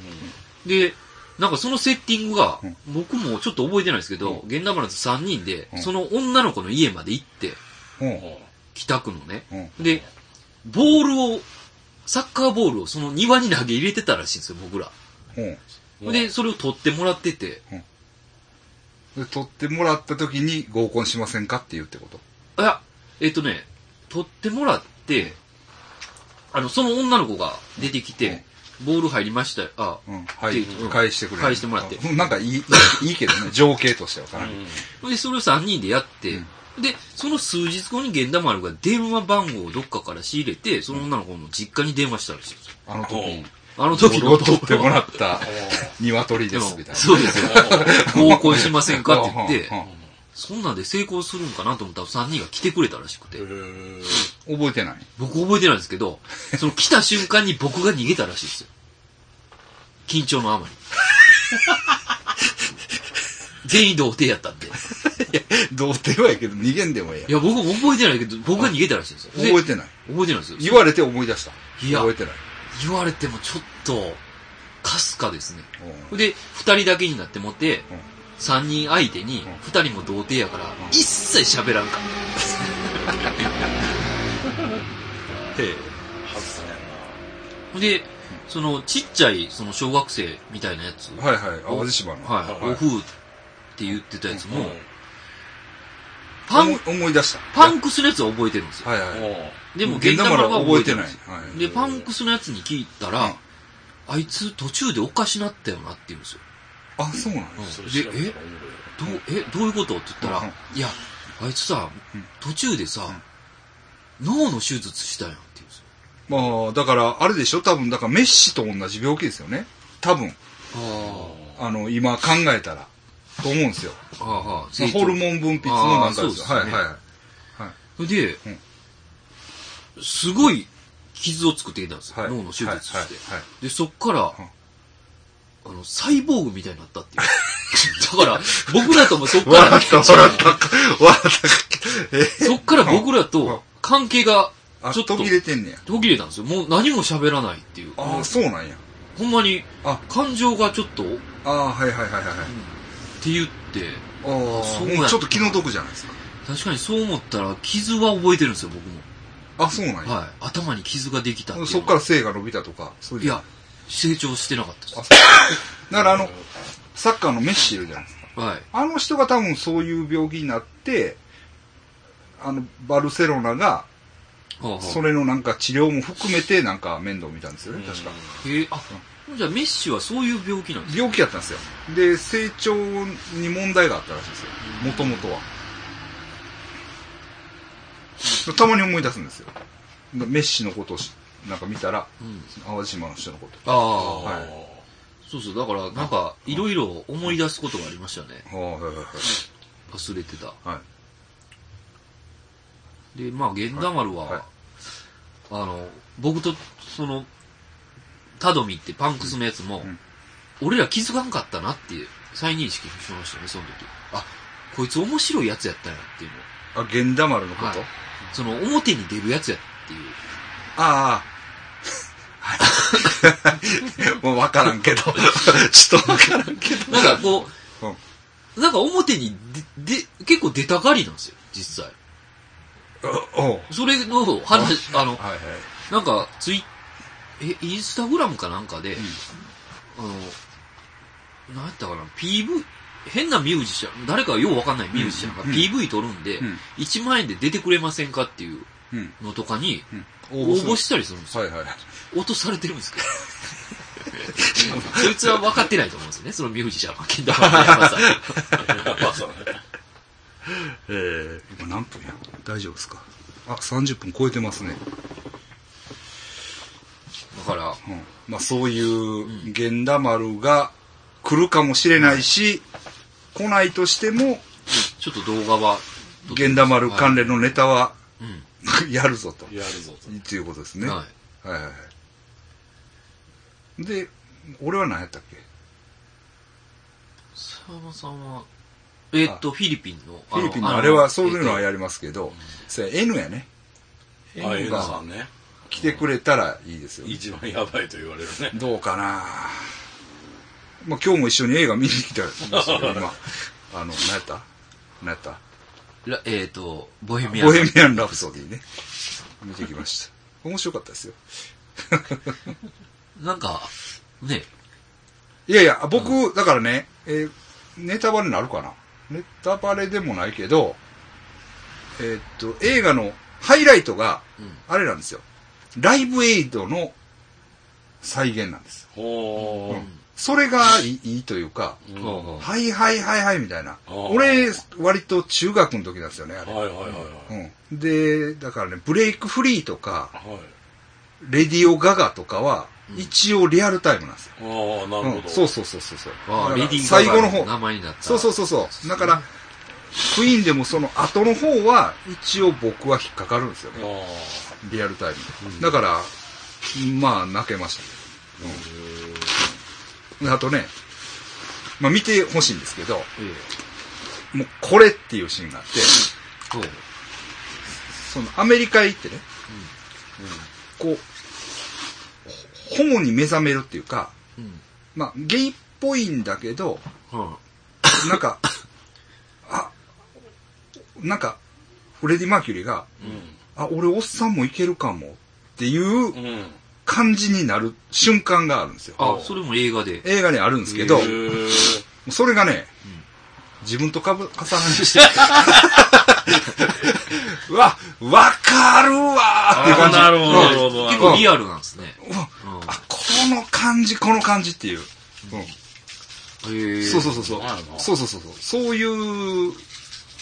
で、なんかそのセッティングが
うん、
僕もちょっと覚えてないですけど、源田丸と3人で
う、ん
その女の子の家まで行って、
うん
北区のね。
うん
で、ボールを、サッカーボールをその庭に投げ入れてたらしいんですよ、僕ら。
うん
うん
で、それを取ってもらってて、
で取ってもらった時に合コンしませんかって言うってこと
いや、えっとね、取ってもらって、あの、その女の子が出てきて、ボール入りましたよ。あ、
うん。はい
うん。
返してくれる。
返してもらって
うんなんかいい、いいけどね。情景としてはかなり。
で、それを3人でやって、で、その数日後に源田丸が電話番号をどっかから仕入れて、その女の子の実家に電話したらしいんですよ。
あの時に。
あの時
ボールを
の
取ってもら
っ
った鶏です、みたいな。
そ うですよ。合コンしませんかって言って
うん、うん
そんなんで成功するんかなと思ったら3人が来てくれたらしくて、
うん
覚えてない
僕覚えてないんですけど、その来た瞬間に僕が逃げたらしいですよ。緊張のあ まり。全員童貞やったんで。い
童貞はいいけど、逃げんでもええや
や、僕も覚えてないけど、僕が逃げたらしいんですよ。
ん。覚え
て
てない。
覚えてないですよ。
言われて思い出した。
いや
覚えてない。
言われてもちょっと、かすかですね。
うん
で、二人だけになってもって
うん、
三、人相手に
ん、
二人も童貞やから、一切喋 らんかっ
へえ
外さへんな。
た。で、その、ちっちゃい、その、小学生みたいなやつ、
はいはい、淡路島の。
はい、
はい
おふうって言ってたやつも、パ
思い
ン、
思い出した。
パンクスのやつは覚えてるんですよ。
はいはい。
でも、
源
源
田
田
丸
丸
は覚
は覚
え
え
て
て
な
ないい。。
はい
で、パンクスのやつに聞いた
うん
ら、あいつ途中でおかしなったよなって言うんですよ。
あ、そうなの
で、えどう、え、どういうことって言ったら、いや、あいつさ、途中でさ、脳の手術したやんって言うんですよ。
まあ、だから、あれでしょ多分、だからメッシと同じ病気ですよね。多分、
あ
あの、今考えたら。と思うんですよ。
はあはあ
まあホルモン分泌のなんかですよ。
あー
は
そう
い
ですね
はい。う
で、
ん
すごい傷を作ってきたんですよ、
はい
脳の手術して、
はいはいはい
でそっから、あのサイボーグみたいになったっていう だから僕らともそ っから
笑った、笑った、笑った。え
そっから僕らと関係が
あ、
ちょっと
途切れてんねや。
途切れたんですよもう何も喋らないっていう
ああ、そうなんや。
ほんまに
あ
感情がちょっとって
ああ、はいはいはいはいはい。
言って
ああ、
そうなん
もうちょっと気の毒じゃないですか。
確かにそう思ったら傷は覚えてるんですよ僕も、
あ、そうなんや。
はい、頭に傷ができたっていうの
そっから背が伸びたとか、そういう。
いや、成長してなかったです
あだからあの、サッカーのメッシいるじゃないですか。
はい
あの人が多分そういう病気になって、あの、バルセロナが、
はあはあ
それのなんか治療も含めてなんか面倒見たんですよね、確か。
へえあじゃあメッシはそういう病気なんです
病気やったんですよ。で、成長に問題があったらしいですよ。もともとは。たまに思い出すんですよ。メッシのことをしなんか見たら、
うん
淡路島の人のこと。
ああ、
はい
そうそうだからなんかいろいろ思い出すことがありましたね
ああはいはいはい
忘れてた
はい。
でまあ源田丸は、
はいはい
あの僕とそのタドミってパンクスのやつも、
うん
俺ら気づかんかったなっていう再認識しましたねその時あこいつ面白いやつやったんやっていうの
あ、源田丸のこと、
はいその表に出るやつやっていう
あ あ。もうわからんけど。ちょっとわからんけど。
なんかこう、
うん
なんか表にで、で、結構出たがりなんですよ、実際。
おおう
それの話、あの、
はいはい。
なんか、ツイえ、インスタグラムかなんかで、あの、なんやったかな、PV、変なミュージシャン、誰かようわかんないミュージシャンが
うん
PV 撮るんで、
うん
1万円で出てくれませんかっていう
うん。
のとかに、
うん。
応募
し
したりするんですよ。
はいはい。
落とされてるんですけど。 そいつは分かってないと思うんですよね、そのミュージシャンは。金玉の山さん。
えー、今何分や大丈夫ですかあ、30分超えてますね。
だから、
うん。まあそういう、源田丸が来るかもしれないし、来ないとしても、
ちょっと動画は、
源田丸関連のネタは、
うん。
やるぞと。
やるぞと。
っていうことですね。
は
はいはいはい。で、俺は何やったっけ
沢山さんは、えーっと、フィリピンの、
フィリピンのあれはそういうのはやりますけど、それ N やね。
ああ
N
いうのさ
が
んね。
来てくれたらいいですよね。
一番やばいと言われるね。
どうかなまあ今日も一緒に映画見に来たんですけ ど、今。あの、何やった何やった
えーらえーっと、ボヘミアン。
ボヘミアン・ラプソディね。見てきました。面白かったですよ。
なんか、ね、
いやいや、僕、だからね、えーネタバレになるかなネタバレでもないけど、えーっと、映画のハイライトが、
うん。
あれなんですよ。ライブエイドの再現なんですよ。
ほー。
それがいいいいというか、
うん
ほう
は
ほ
はいはいはいはいみたいな。
あー
俺、割と中学の時なんですよね、あ
い
れ。
はいはいはい。
うん、で、だからね、ブレイクフリーとか、
はい。
レディオガガとかは、
うん
一応リアルタイムなんですよ。
ああ、な
う
る
ん
ほど。
そうそうそうそうそう。
ああ、
だから
レディー
最後の
ガガ
方。
名前になった。
そうそうそうそう。だから、クイーンでもその後の方は、一応僕は引っかかるんですよ
あ
ね。
あ。
リアルタイム
うん
で。だから、まあ、泣けました。であとね、まあ見てほしいんですけど、
ええ。
もうこれっていうシーンがあって、
そう。
そのアメリカへ行ってね、こう、ホモに目覚めるっていうか、
うん。
まあゲイっぽいんだ けど、
は
なんか、あ、なんか、フレディ・マーキュリーが、
う。
あ、俺おっさんもいけるかもっていうん
うん。
感じになる瞬間があるんですよ。
あ、あそれも映画で。
映画にあるんですけ
へ、
ど
ー
それがね、
ん
自分とかぶ、重な りして。うわ、わかるわーっていう感じ。
あなるほどなるほど
結構リアルなんですね。
うんうわ
うん。
あ、この感じ、この感じっていう。うん
へえ。
そうそうそうそう
なるほ。ど
そうそうそうそう。そういう、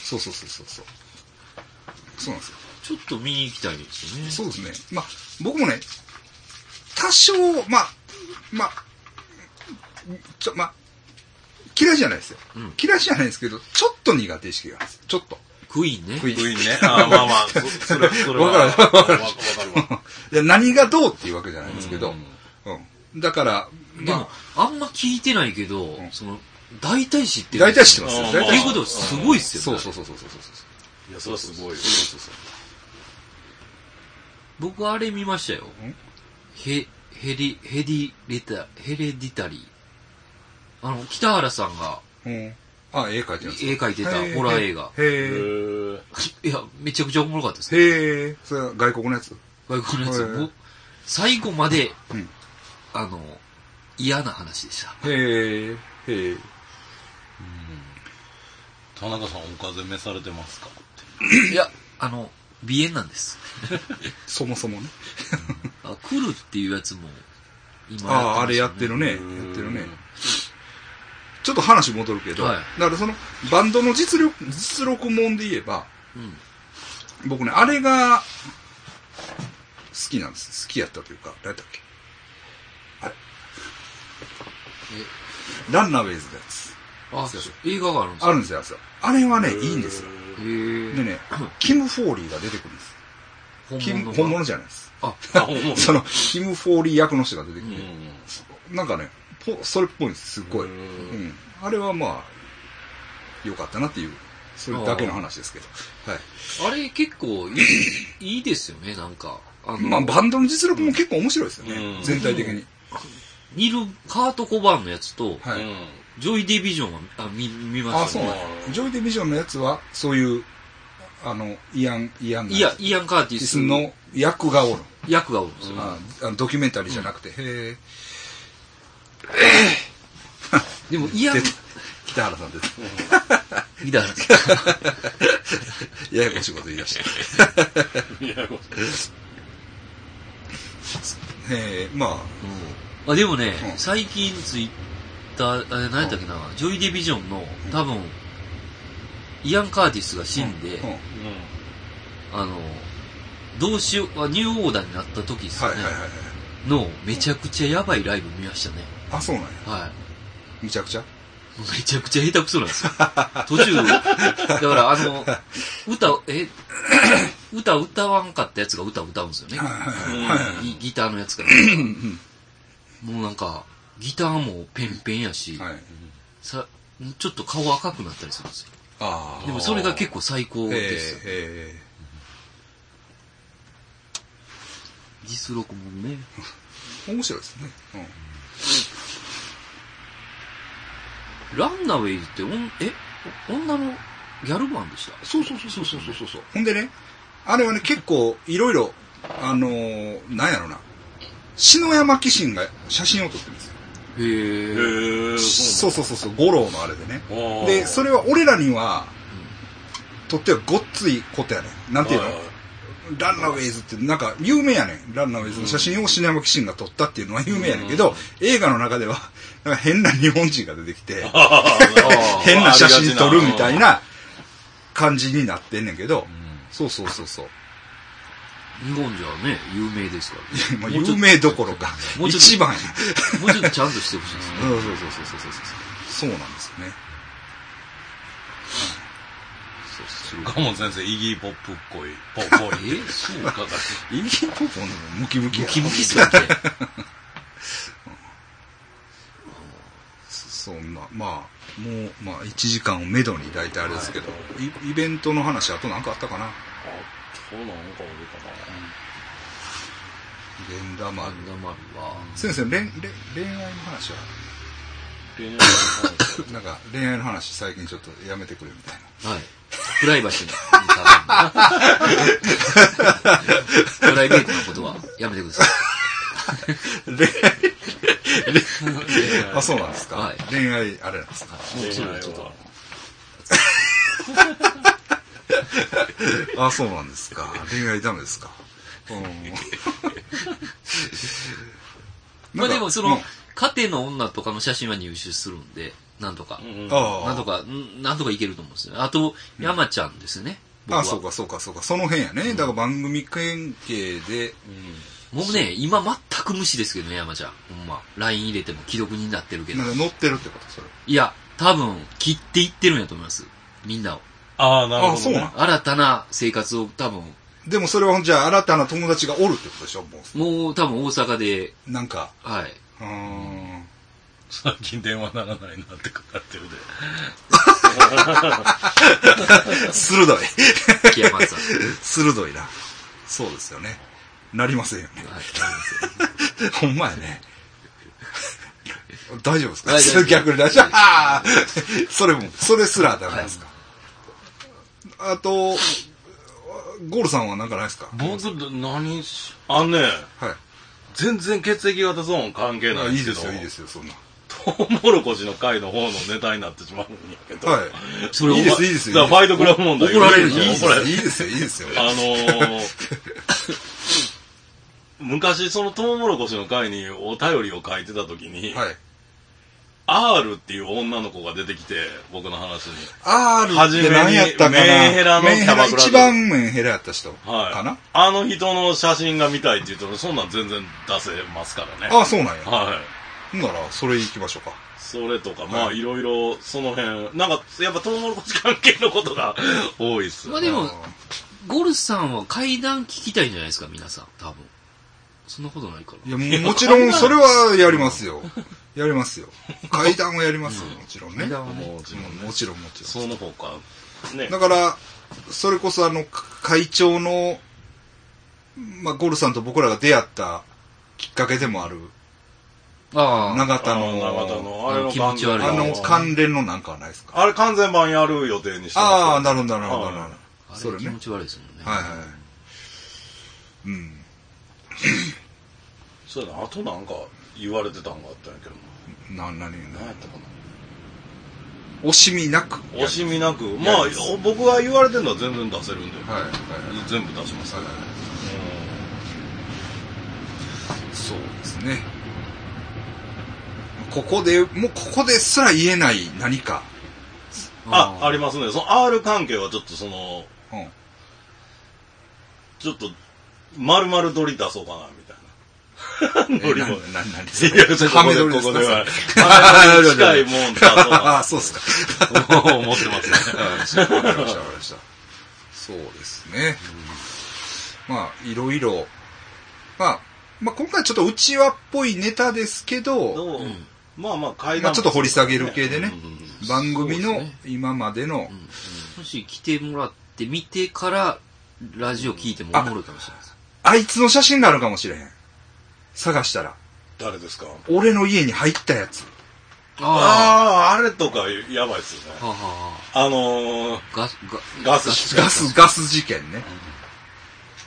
そうそうそうそうそう。そうなんですよ。
ちょっと見に行きたいですね。
そうですね。まあ、僕もね、多少、まあ、まあ、ちょ、まあ、嫌いじゃないですよ。
うん
嫌いじゃないですけど、ちょっと苦手意識があるんですよ。ちょっと。
クイーンね。
クイーン
クイーンね。あーまあまあ、そそれ、それは。
わかるわかる
わわかるわ。
いや何がどうっていうわけじゃないんですけ
う
ど
ん、
うん。だから、
でも
ま、
あんま聞いてないけど、
ん
その、大体知って
あ、
る。
大体知って
ま
ますよ
あ。ー
大体
とい
知っ
うこ
て
と
ま
はすごいっす
す。
よ
そう
ね。
そうそうそうそうそう。
いや、それはすごいよ。
そうそう
僕あれ見ましたよ
ん。
ヘ、ヘリ、ヘリレタ、ヘレディタリー。あの、北原さんが
そう。うん。あ、絵描いてるんです
絵描いてたホラー映画。
へ
へ
ー
いや、めちゃくちゃおもろかったです
え。
ね。
へえ。それは外国のやつ
外国のやつ
へー
もう。最後まで、
うん
あの、嫌な話 でした。
へえ。へえ。
田中さん、お風邪召されてますか
いや、あの、鼻炎なんです。
そもそもね。
あ来るっていうやつも、今
ああ、あ
ます
れ
よ
やってるね。やっ
うん
てるね。ちょっと話戻るけど、
はい
だからそのバンドの実力、実力もんで言えば、
うん。
僕ね、あれが、好きなんです。好きやったというか、誰だっけあれランナーウェイズのやつ。
あ、映画があるんです
あ
か
るんですよ、あれはね、いいんですよ。
へ
で
ー
ね、キム・フォーリーが出てくるんです。キ
本
ム、
物が
本物じゃないです。
あ、
あ、ほんま
その、キム・フォーリー役の人が出てき
う
て、
ん
なんかね、ぽそれっぽいんです、すっごい。
う
うんん。あれはまあ、良かったなっていう、それだけの話ですけど。はい。
あれ結構いい いいですよね、なんか。あの、
まあ、バンドの実力も結構面白いですよね
う。ん
全体的に。
ニル・カート・コバーンのやつと、
はい。
ジョイ・ディビジョンはあ見見ま
あ、
し
そ
た
うなん
ね。
やジョイ・ディビジョンのやつは、そういう、あの、イアン、イアンの
いや、イアン・カーティ
イ
ス
スの役がおる。
役がおるんですよ。
ああのドキュメンタリーじゃなくて、へえ、
でも、イアン
出、た。北原さんです。
み たいな。
ややこしいこと言い出した。
いや、こ
ええ、ま
まあでもね、
うん
最近ツイッター、あれ何やったっけな、ジョイ・ディビジョンの多分、イアン・カーティスが死
あ、
んで、
うんう
う
ん
ん。
あの、どうしよう、あニューオーダーになった時です
はい
よ
はいは
ね、
いはい。
の、めちゃくちゃやばいライブ見ましたね。
あ、そうなんや。
はい。
むちゃくちゃ
めちゃくちゃ下手くそなんですよ。途 中、だからあの、歌、え、 歌歌わんかったやつが歌歌うんですよね。ギギターのやつが。もうなんか、ギターもペンペンやし、
はい。
さちょっと顔赤くなったりするんですよ。
ああ。
でもそれが結構最高
へえ
ですよ。
へ
実録もね。
え面白いですね。うん
ランナウェイズっておん、え、女のギャルバンでした
そうそうそうそうそうそうそう。ほんでね、あれはね、結構、いろいろ、あのー、なんやろな。篠山紀信が写真を撮ってるんですよ。
へ
へ
ー。
ー
そうそうそうそう、五郎のあれでね。
う
で、そ
れ
れは俺らには、とってはごっついことやねん。なんていうのランナウェイズってなんか有名やねん。ランナウェイズの写真を篠山紀信が撮ったっていうのは有名やねんけど、映画の中では、なんか変な日本人が出てきて、変な写真撮るみたい。な感じになってんねんけど、そうそうそうそう。
日本じゃね、有名ですから、ね。
まあ、
もうちょ
有
っと
名どころか。
もうちょっと
一番や。
もうちょっとちゃんとしてほしいですね。
うん、そうそうそうそうそうそう。そうなんですよね。そうそう。
ガモン先生、イギーポップっこい、ぽっぽい。
えそう
なんか
イギーポップもムキムキ
ム
や。
キムキっすよね。
そんな、まあ、もう、まあ、1時間をめどに大体あれですけど、イイベントの話、あと何かあったかな
そうなんか俺か
連打丸。
漫画丸は、
先生、恋、恋、恋愛の話は、
な。
なんか、恋愛の話最近ちょっとやめてくれみたいな。
はい。プライバシーの。プ ライベートのことはやめてくださ
恋 愛あ、そうなんですか、
はい
恋愛、あれなんですか
い。もうそれはちょっと。
あ、そうなんですか。恋愛ダメですか。 うん。
まあでもそ
な
の
んか、
家庭の女とかの写真は入手するんで、なんとか。
うんああ。
なんとか、んなんとかいけると思うんですよね。あと、山ちゃんですね。僕は
あ、そうか、そうか、そうか。その辺やね。だから番組関係で、
もうね、今全く無視ですけどね、山ちゃん。ほんま。LINE 入れても既読になってるけど
な。んか乗ってるってこと、それ。
いや、多分、切っていってるんやと思います。みんなを。
ああ、なるほど、ね。
あそうなん
新たな生活を多分、
でもそれはじゃあ新たな友達がおるってことでしょも
もう多分大阪で、
う、なんか、
はい。
うーん。
最近電話ならないなってかかってるで。
鋭い。
木山さん。
鋭いな。そうですよね。なりませんよね。
はい。
ほんまやね。大丈夫です
大丈夫
か逆に大丈夫。あー それも、それすらダメなんですか。あと、ゴールさんはなんかないですか
僕、何し、あのね、
はい。
全然血液型ゾーン関係ない
あ
ん
い
ですけ
いで
ど。
すよ、いいですよ、そんな。
トウモロコシの回の方のネタになってしまうんやけど。
はい。
それ
いいです、
お
いいです
だ
よ。
からファイトクラブ問題。
怒られる
いいで
じ
す
怒
ゃ
られ
よ、
る。
いいですよ、いいですよ。
あのー、 昔そのトウモロコシの回にお便りを書いてた時に、
はい。
R っていう女の子が出てきて、僕の話に。
R って何やったかな
初めにメンヘラの
メンヘラ
キャバクラ
一番メンヘラやった人
はい。
かな
あの人の写真が見たいって言ったら、そんなん全然出せますからね。
ああ、そうなんや。ほ
はい。
んなら、それ行きましょうか。
それとか、まあ、
はい
いろいろ、その辺、なんか、やっぱトウモロコシ関係のことが 多いっす
まあ
よね。
でも
あ、ー
ゴルさんは階段聞きたいんじゃないですか、皆さん。多分。そんなことないか
い
ら。
や、ももちろん、それはやりますよ。やりますよ。階段をやりますよ、もちろんね。
階段はね
もちろん、もちろん、もちろ
その他、ね
ん。。だから、それこそあの、か会長の、まあ、ゴルさんと僕らが出会ったきっかけでもある、
あ
長田
あ
の、
長田の、あれの
気持ち悪い
あ
よ
の関連のなんかはないですか
あれ完全版やる予定にしてます
ああ、なるほど、なるほど、
はい
なるほど。
あ
そ
れ
れ
気
ね
持。ち悪いですもんね。
はいはい。うん。
そうやな、あとなんか言われてたんがあったんやけど
な、なに、
な。何やったかな。
惜しみなく。
惜しみなく、
や
まあ、お僕が言われてるのは全然出せるんで、
はい、はい。
全部出しますね。
そうですね。ここで、もうここですら言えない何か。
あ、あ
れ。
りますね。その R 関係はちょっとその、
うん。
ちょっと、丸々撮り出そうかな、みたい な。ノリも。い
な、な、な、
や、ここで、ここでは、丸々近いもん出そうか
あ
な
あ、そうですか。
と思ってますね。
わかりました、わかりました。そうですね。まあ、いろいろ。まあ、まあ今回ちょっと内輪っぽいネタですけど、
どう
うん
まあまあ、階
まあ
段。
ちょっと掘り下げる系でね
う、ん
番組
そう
の
ですね
今までの
うんもし来てもらって見てから、ラジオ聞いてもおもろいかもしれないです。
あいつの写真があるかもしれへん。探したら。
誰ですか
俺の家に入ったやつ。
あ
ああ、あれとか、やばいっすよ
あ。
ね。
はあは
あのー、
あ。ガス、
ガス
ガス、ガス事件ね。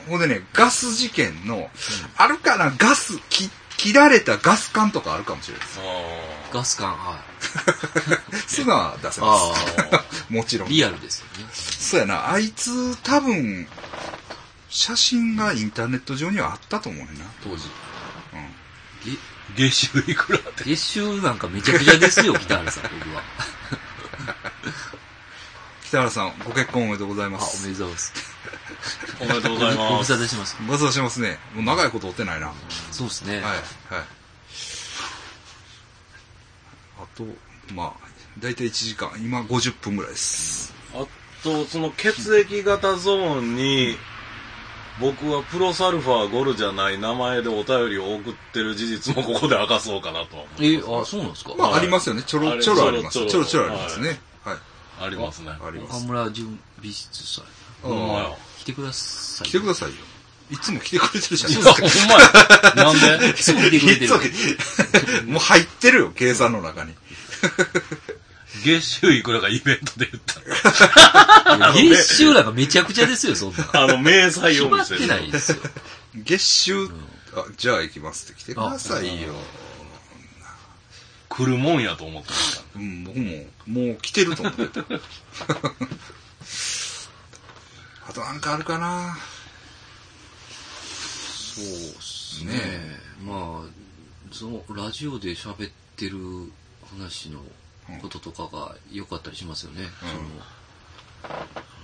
ほんでね、ガス事件の、あるかな、ガス、き切られたガス管とかあるかもしれないで
あ
ガス感、はい。
す。すな出せま
あ
す。もちろん。
リアルですよね。
そうやな、あいつ、多分、写真がインターネット上にはあったと思うねんな。
当時。
うん。
げ
ー月収いくらって。
月収なんかめちゃくちゃですよ、北原さん、僕は。
北原さん、ご結婚おめでとうございま
あ、おめ
す。
でとうございます。
おめでとうござい
ご無
ま
沙
す。
汰してます。
ご無沙汰してますね。もう長いこと追ってないな。
そうですね。
はい、はい。あと、まあ、だいたい1時間、今50分ぐらいです。
あと、その血液型ゾーンに、僕はプロサルファーゴルじゃない名前でお便りを送ってる事実もここで明かそうかなとは思う
え、あ、そうなんですか、
まあ、
はい
ありますよね。ちょ
あ
ろ
れ
ちょろあります。ち
ちょ
ょろ
ろ
ち
ち
ょ
ょ
ろ
ろ
ありますね。はい。
ありますね。
ありま
岡
す。
村準備室さん。
あ
ほんまや
ー。
来てください。
来てくださいよ。いつも来てくれてるじゃ
い
ない
や、
です
ほ
か。
んまや。なんで
いつも来てくれて
い
る
つ。も来てもう入ってるよ、計算の中に。
月収いくらかイベントで言った。
月収なんかめちゃくちゃですよ、そんな。
あの、明細
決
を
ま
見
っ
せ
て
る。
ないですよ。
月収、あ、じゃあ行きますって来てくださいよ。
来るもんやと思ってました。
うん、僕も、もう来てると思ってた。 あとなんかあるかな
そうです
ね
ね。まあ、その、ラジオで喋ってる話のこととかが良かったりしますよね。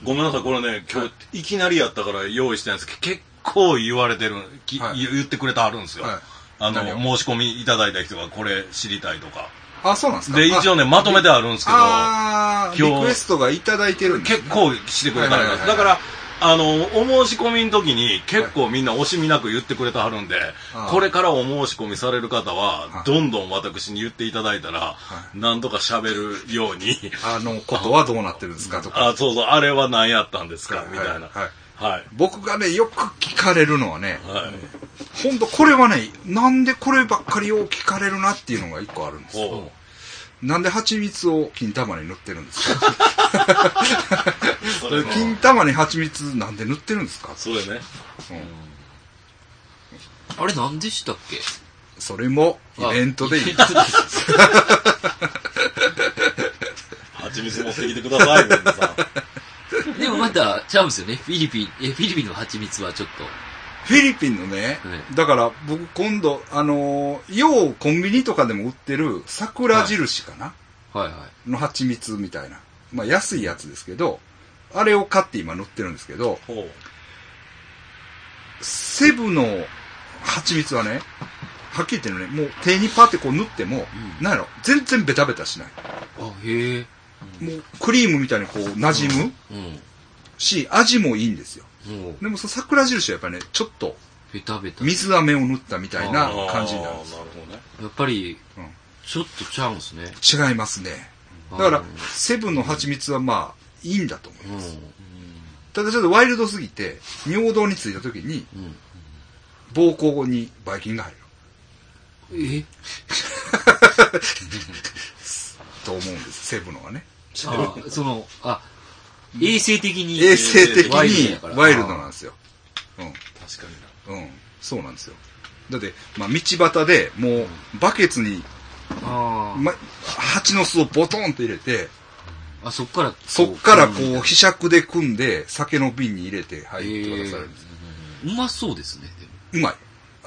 ごめんなさい、これね、今日、いきなりやったから用意してないんですけど、結構言われてる、き
はい
言ってくれてあるんですよ。
はい
あ
何
の、
を
申し込みいただいた人がこれ知りたいとか。
はあ、そうなんですか。
で、一応
ね、
ね、まとめてあるんですけど、
あー
今日
リクエストがいただいてるんです
結構してくれたん
はいはい
です。
はい
だから、あの、お申し込みの時に結構みんな惜しみなく言ってくれてはるんで、
あー
これからお申し込みされる方は
は、い
どんどん私に言っていただいたら、なんとか喋るように、
あのことはどうなってるんですかとか。
あ、そうそう、あれは何やったんですか、みたいな。
はいはい
はい。
僕がね、よく聞かれるのはね、
はい。
ほんとこれはね、なんでこればっかりを聞かれるなっていうのが一個あるんです
ほ
よ。なんで蜂蜜を金玉に塗ってるんですか
う。 それも、
金玉に蜂蜜なんで塗ってるんですか、
それね。
うん
あれ何でしたっけ
それもイベントでいい。
イベントで
蜂蜜持ってきてくだ さい、皆さん。
でもまた、ちゃうんですよね。フィリピン、え、フィリピンの蜂蜜はちょっと。
フィリピンのね、
はい
だから僕今度、あのーようコンビニとかでも売ってる桜印かな、
はいはい。
の蜂蜜みたいな。まあ安いやつですけど、あれを買って今塗ってるんですけど、
ほう。
セブの蜂蜜はね、はっきり言ってね、もう手にパってこう塗っても、
うん
なんやろ、全然ベタベタしない。
あ、へえ。
もうクリームみたいにこう馴染む
う
し、味もいいんですよ。
ん。もう、
でもその桜印はやっぱりね、ちょっと
ベタベタ。や
水飴を塗ったみたいな感じになる
あ
んで
ー
す
なるほどね。
っぱり、
うん
ちょっとちゃうんですね。
よ。違いますね。だか
あ
ら
ー、
セブンの蜂蜜はまあ、いいんだと思いうま
ん
す。。ただちょっとワイルドすぎて、尿道についた時に、
うん。
膀胱にバイキンが入る
え
と思うんです、セブンのはね。
あ、その、あ、衛生的に。
衛生的
ワイルドや
に
から
ワイルドなんですよ。
確かにな。
うん、うん、そうなんですよ。だって、まあ、道端でもう、バケツに、
あー
ま、蜂の巣をボトンと入れて、
あ、そっからこう。
そっからこ
ん
う、ひしゃくで組んで、酒の瓶に入れて、はい、って渡されるんです。
うまそうですね。でも
うまい。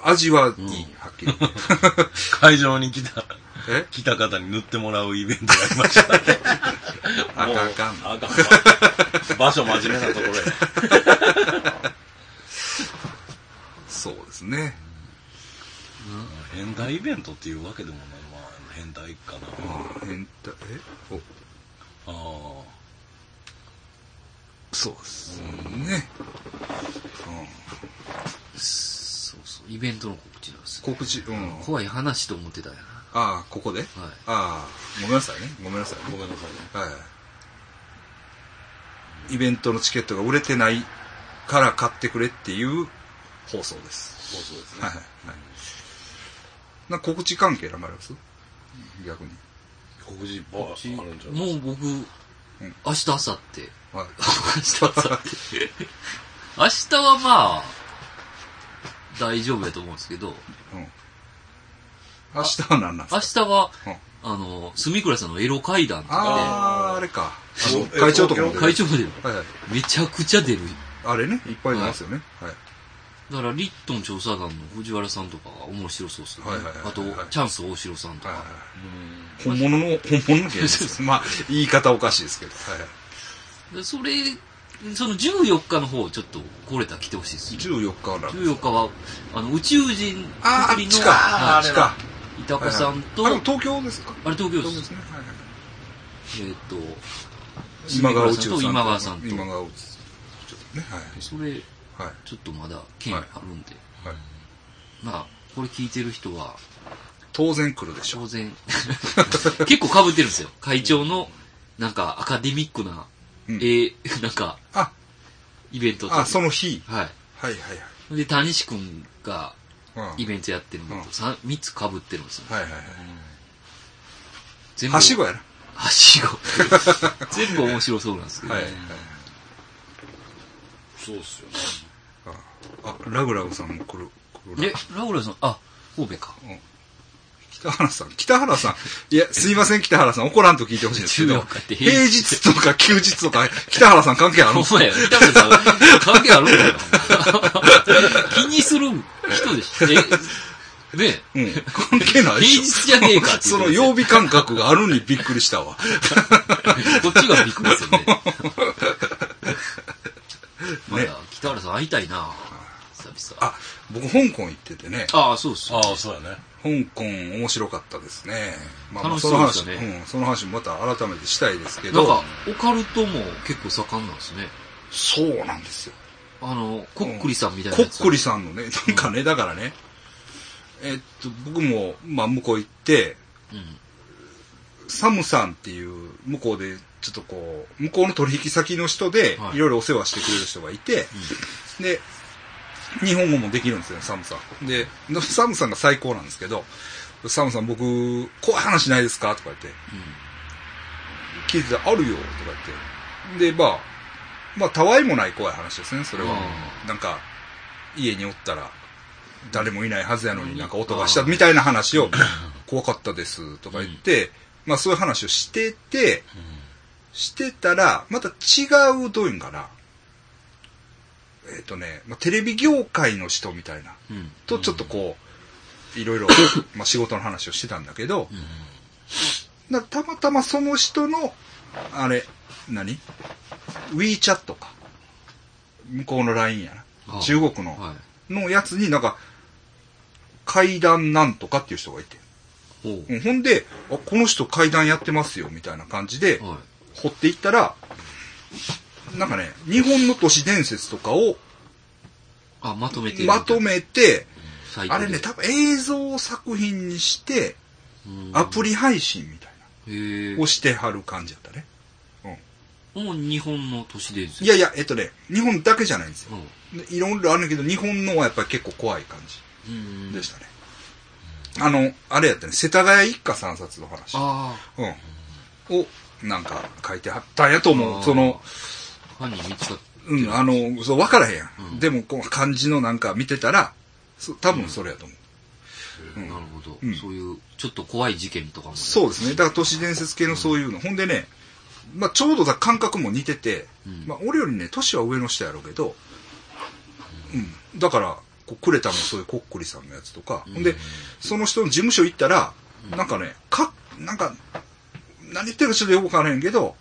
味はいい、
ん
はっきり言って。
会場に来た、
え
来た方に塗ってもらうイベントがありました。
あ
もう
かんあかん。
あかんわ。場所真面目なところへ。
そうですね。
変態イベントっていうわけでもない。まあ、変態かな。
まあ、変態、えお
ああ。
そうですね。うん。
そうそう。イベントの告知なんですね。
告知、うん。
怖い話と思ってたよな。
ああ、ここで、
はい
ああ、ごめんなさいね。ごめんなさいね。
ごめんなさいね。
はい。イベントのチケットが売れてないから買ってくれっていう放送です。
そうそうです
はいはい。なんか告知関係なんかあります逆に。
黒人ばあるんじゃな
も
いう
僕、明日、明後日。
はい。
明日はさ、明日はまあ、大丈夫やと思うんですけど、
うん。明日は何なんです
明
か
日は、
うん
あの、住倉さんのエロ会談とか
ああ、あれか。あの、
え
会長とかも出
で、
る
会長まで
はいはい。
めちゃくちゃ出る。
あれね、いっぱいいますよね。はい。
だから、リットン調査団の藤原さんとかが面白そうですよね。
はいはいはいはい
あと、チャンス大城さんと
はい
か。
はい本物の、本物の芸術 です。まあ、言い方おかしいですけど。はいはい。
でそれ、その14日の方、ちょっと、これたら来てほしいですね。
14日から。
14日は、あの、宇宙人
あーあ
作り
っ
の、
ちか。あ
は
っちか。
い、板子さんと、
あでも東京ですか
あれ東京で
東京
す
ですね。はいはい
えっ、と、
今川宇宙さんと。
今川さんと。
今川宇宙ね。はい。
それ、
はい。
ちょっとまだ件あるんで、
はい、
まあ、これ聞いてる人は、
当然来るでしょう。
当然、 結構被ってるんですよ。会長の、なんか、アカデミックな、
うん
えーなんか、
あ、
イベントと
あ、その日。
は
はいはい
い。で、谷志くんが
はい。うん
イベントやってるの
う
と、さ三3つ被ってるんですよ。
はいはいは
全
い。
部。
はしごや
は しご。全部面白そうなんですけ
な。は
ど、
い。はい
そうっすよね。
あ、ラグラグさんも来る。来る
で
な、
ラウラさん、あ、神戸か。
北原さん、北原さん。いや、すいません、北原さん。怒らんと聞いてほしいんですけど。
14日って平
平日とか休日とか、北原さん関係ある んですか
お前、北村さん、関係あるんだよ。気にする人で しょ。え、ねえ
うん。関係ないでしょ。
平日じゃねえかっていう
その曜日感覚があるにびっくりした わ。
こっちがびっくりですよね。ま
ね
だ、北原さん会いたいな久ですか
あ、僕香港行っててね、
ああ、そうですよ
あ
ね。
あ、そうやね。
香港面白かったですね。まあ、まあ
楽し
そ
そ
の
うでし
話、
たね
うん、その話もまた改めてしたいですけ
なん
ど、
か、オカルトも結構盛んなんですね。
そうなんですよ。
あの、こっくりさんみたいな
こ
や
っ
つ。
くりさんのね、なんかね、だからね、えっと、僕も、まあ、向こう行って、
うん。
サムさんっていう、向こうで、ちょっとこう、向こうの取引先の人で
は、い
いろいろお世話してくれる人がいて、で、日本語もできるんですよね、サムさん。で、サムさんが最高なんですけど、サムさん僕、怖い話ないですかとか言って、聞いてたらあるよ、とか言って。で、まあ、まあ、たわいもない怖い話ですね、それは。なんか、家におったら、誰もいないはずやのになんか音がした、
うん
みたいな話を、怖かったです、とか言って、まあ、そういう話をしてて、してたら、また違う、どういうんかな。えっ、とね、まあ、テレビ業界の人みたいな、
うん。うん。
とちょっとこう、いろい ろ、まあ、仕事の話をしてたんだけど、
うん。
なたまたまその人の、あれ、何 ?WeChat か。向こうの LINE や
あ
な。
あ
中国の、
はい。
のやつになんか、階段なんとかっていう人がいて。
ほう。
うんほんで、あ、この人階段やってますよ、みたいな感じで、
はい。
掘っていったら、なんかね、日本の都市伝説とかを
あ、まとめてるみた
ま
いな。
とめて、
サイト
あ
で
れね、多分映像作品にして、
うん
アプリ配信みたい
へえ
な、を。してはる感じやったね。
もう日本の都市伝説。
いやいや、えっとね、日本だけじゃないんですよ
う。ん。
でいろいろあるんだけど、日本のはやっぱり結構怖い感
うん。
じでしたね。あの、あれやったね、世田谷一家三冊の話。
あ
うん。を、なんか書いてはったんやと思
あ
う。
ー
その、
あ。犯人見つかっ
うん、あの、そう、わからへんやん。
うん
でも、この漢字のなんか見てたら、そ多分それやと思う。
た。なるほど
うん。
そういう、ちょっと怖い事件とかも。
そうですね。だから都市伝説系のそういうの。ほんでね、まあちょうどだ感覚も似てて、
うん
まあ俺よりね、年は上の人やろうけど、うん。だから、こう、クレタのそういうこっくりさんのやつとか、ほんで、その人の事務所行ったら、なんかね、か、なんか、何言ってるかちょっとよくわからへんけど、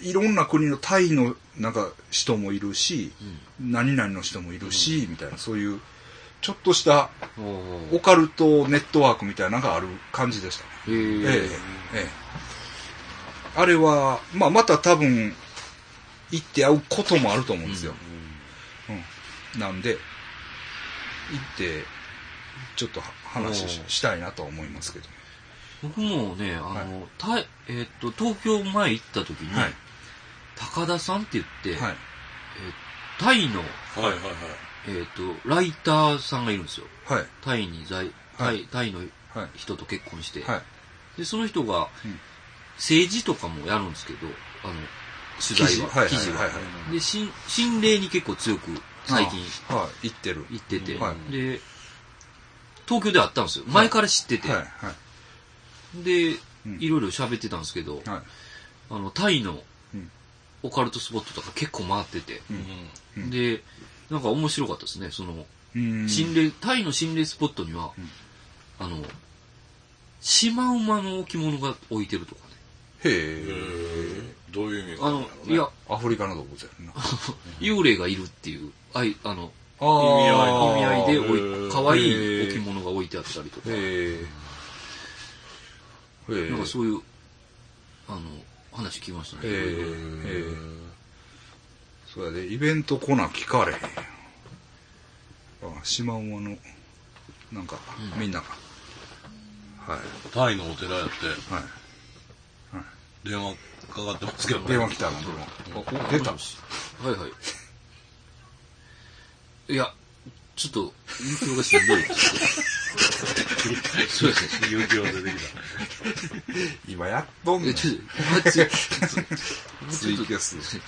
いろんな国のタイの、なんか、人もいるし、何々の人もいるし、みたいな、そういう、ちょっとした
おー
オカルトネットワークみたいなのがある感じでしたね。
へえ
ええええあれは、まあ、また多分行って会うこともあると思うんですよ、うんなんで行ってちょっとは話し
おう
したいなとは思いますけどね
僕もね、あの、
はい
たえーっと、東京前行った時に、
はい
高田さんって言って、
はい
タイの、
はいはいはい。
えーっと、ライターさんがいるんですよ。
はい
タイに在、タイ、
はい
タイの
はい
人と結婚して、
はい
で、その人が
うん、
政治とかもやるんですけど、あの、取材は、
はい
記事は。
はいはい
で、心心霊に結構強く、最近
はいはい行ってる
行ってて、
は
で、東京であったんですよ。前から知ってて。
はいはい
で、
うん
いろいろ喋ってたんですけど、
はい
あの、タイの
うん
オカルトスポットとか結構回ってて、
うんうん
で、なんか面白かったですね、その、
うん
心霊、タイの心霊スポットには、
うん
あの、シマウマの置物が置いてるとかね。
へ
へ
え
え。どういう意味が
あ
あるん
の
やろ、うね
いや、、
アフリカの動物やんな
幽霊がいるっていう、あい、あの、
あー
意味合い
意味合いで
へ
置
ー
い、可愛い置物が置いてあったりとか、
へえへえ
なんかそういう、あの、話聞きました
へ
ね。
えそうやでイベント来な聞かれへんやんあシマウマのなんか、みんながはい
タイのお寺やって
はい
電話かかってますけどね。
電話来たのでもあ出た
もしもしはいはい。いや、ちょっと、印象がしんどい。 そうです ね。
勇気を出てき
今やっとんね
え
ん
ち
ツイ
ょっと、今ちょっと
ツイキャス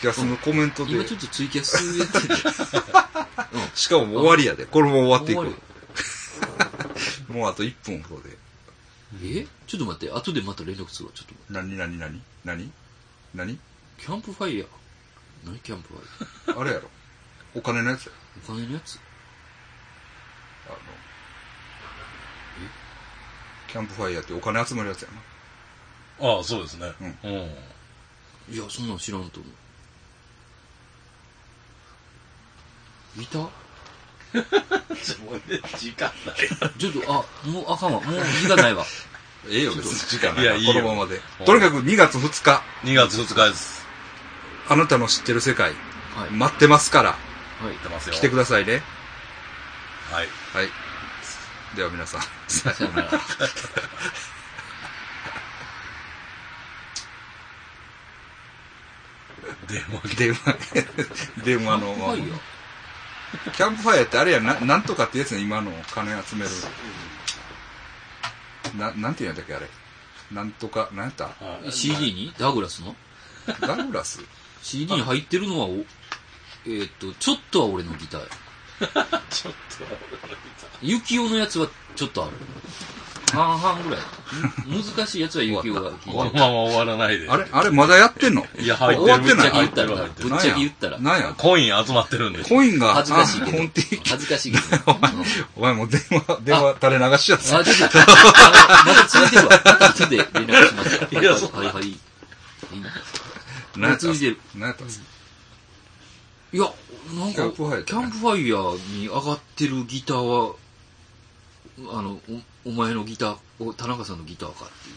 キャスのコメントで
今ちょっとツイキャスやってて、
しかももう終わりやでこれも終わっていく
終わ
もうあと1分ほどで
えちょっと待って、後でまた連絡するわ、ちょっと待
何何何何何
って。キャンプファイヤー何キャンプファイヤ
あれやろお金のやつや
ーお金のやつ
あのキャンプファイヤーってお金集まるやつやな
た。ああ、そうですね。うん。
いや、そんなん知らんと思う。いた
自分で時間ない。
ちょっと、あ、もうあかんわ。もう時間ないわ。
ええよ、別 に時間ない
いや
から。
いい
こ
よ
のままで
う。ん
とにかく2月2日、
2月2日です。
あなたの知ってる世界、
はい。は
待ってますから、
い
来。てますよ。
来てくださいね。
はい。
はい。では皆 さん、
さよなら。
電話
電 話、電話の、
怖いよ。
キャンプファイヤーってあれやな、なんとかってやつね、今の金集める。な、なんて言うんだっけ、あれ。なんとか、なんやった
はい
CD にダグラスの
ダグラス
?CD に入ってるのは、おえーっと、ちょっとは俺のギターや。
ちょっと俺の
雪男のやつはちょっとある。半々ぐらい。ん難しいやつは雪男が
この
聞いてる。
まま終わらないで。
あれあれまだやってんの
いや、入って
終わ
る
っ
みた。
てない
入っ
い。言ってた
る
ら
入
な、
っ
ぶ
てる。
っちゃけ言ったら。
なんや
コイン集まってるんで。
コインが、
恥ずかしい
あ
け
コンテ
ど。
ィ
恥ずかしいけど。うん
お前もう電話、電話垂れ流しちゃっ
あ、ちょっと、あのまた続いてるわ。また後で連絡します。
いやそう
はいはい。い
た。なんやった
続いてる
なんやったっす
いや、なんか、
キャンプファイヤー
キャンプファイヤーに上がってるギターは、あの、おお前のギター、お田中さんのギターかっていう。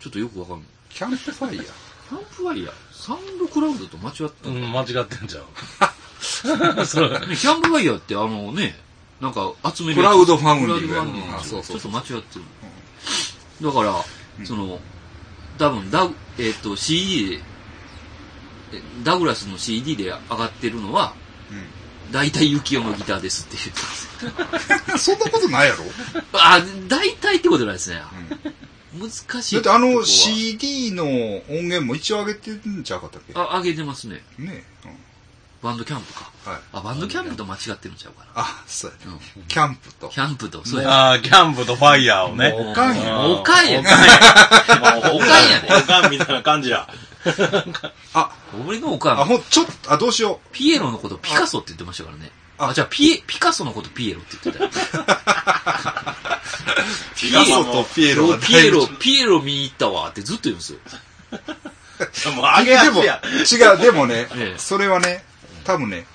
ちょっとよくわかんない。
キャンプファイヤー
キャンプファイヤー、サウンドクラウドと間違った
う
の、
ん、間違ってんじゃん。それ
ねキャンプファイヤーってあのね、なんか集める
ク
やつ
ラウドファウンディング
クラウドファンディング
あそうそう
ちょっと間違ってる。だから、その、多分ダウ、えっ、と、CD で、えダグラスの CD で上がってるのは、大体ユキオのギターですっていう。
うん。そんなことないやろ
あ、大体ってことないですね。難しい。
だってあ
ここ
の
は
CD の音源も一応上げてんちゃうかったっけ
あ、上げてますね。
ねえ。うん
バンドキャンプか。
はい。
あ、バンドキャンプと間違ってるんちゃうかな。
あ、そうや
う
ね
ん。
キャンプと
キ。ャンプと、そうや。
あーキャンプとファイヤーをね。
もうおかんや
う
おかんや
おかんや。
おかんやね
おかんみたいな感じや。
あ、
俺のおかん
あ、ほん、ちょっと、あ、どうしよう。
ピエロのことピカソって言ってましたからね。
あ
あ、じゃあピエ、ピカソのことピエロって言ってたよ。
ピカソとピエロは
ピエロ、ピエロ見に行ったわってずっと言うんですよ。
もうあげ
で
足
も、
や。
違う、でもね
え、え
それはね、多分ね、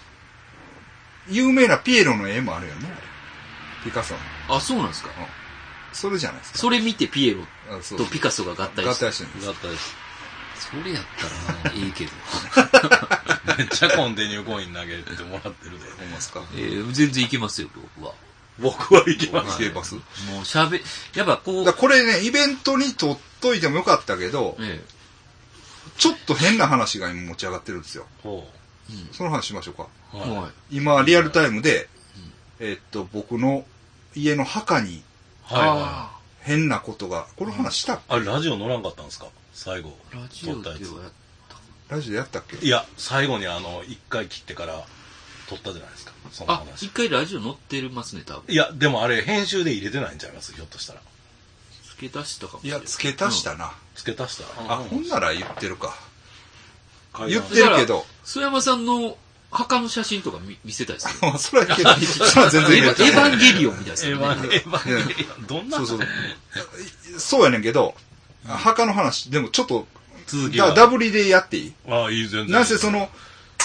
有名なピエロの絵もあるよね、あれピカソの。
あ、そうなんですか。
それじゃないですか。
それ見てピエロ
あそう
とピカソが合体
合
して。
体してるんです。
だったです。
それやったらな、いいけど。
めっちゃコンテニューコイン投げてもらってるで。
思いますか
えー全然いけますよ、僕は。
僕は行きま
ス
す。
ケバス。
もう喋、やっぱこう
だから、これね、イベントに撮っといてもよかったけど、
え
ちょっと変な話が今持ち上がってるんですよ。
ほ
その話しましょうか。
う
え
はい
はい。
今、リアルタイムで、えっと、僕の家の墓に
はいは
あ
変なことが、この話した
い。あれ、ラジオ乗らんかったんですか最後。
ーラジオで
撮ったや
はやっ
ラジオでやったっけ
つ。いや、最後にあの、一回切ってから撮ったじゃないですか。その
あ、
話
一。回ラジオ乗ってますね、多分。
いや、でもあれ、編集で入れてないんちゃいますひょっとしたら。
付け足したかもし
い
れな
や
い。、
付け足したな。
付け足したら。
あ、ほんなら言ってるか。
階
言
段
ってるけど。
須山さんの墓の写真とか見見せたいですね。
まあ それはけど、それは全
エ
然
ヴ
言え
ァエ
た
ヴァンゲリオンみたいです
エ
よ
ヴ
ね。
ァン、エヴァンゲリオン、どんな
そうそう。そうやねんけど、墓の話、でもちょっと、
続き
だ
が。
ダブリでやっていい
ああ、いい、全然。
なんせその、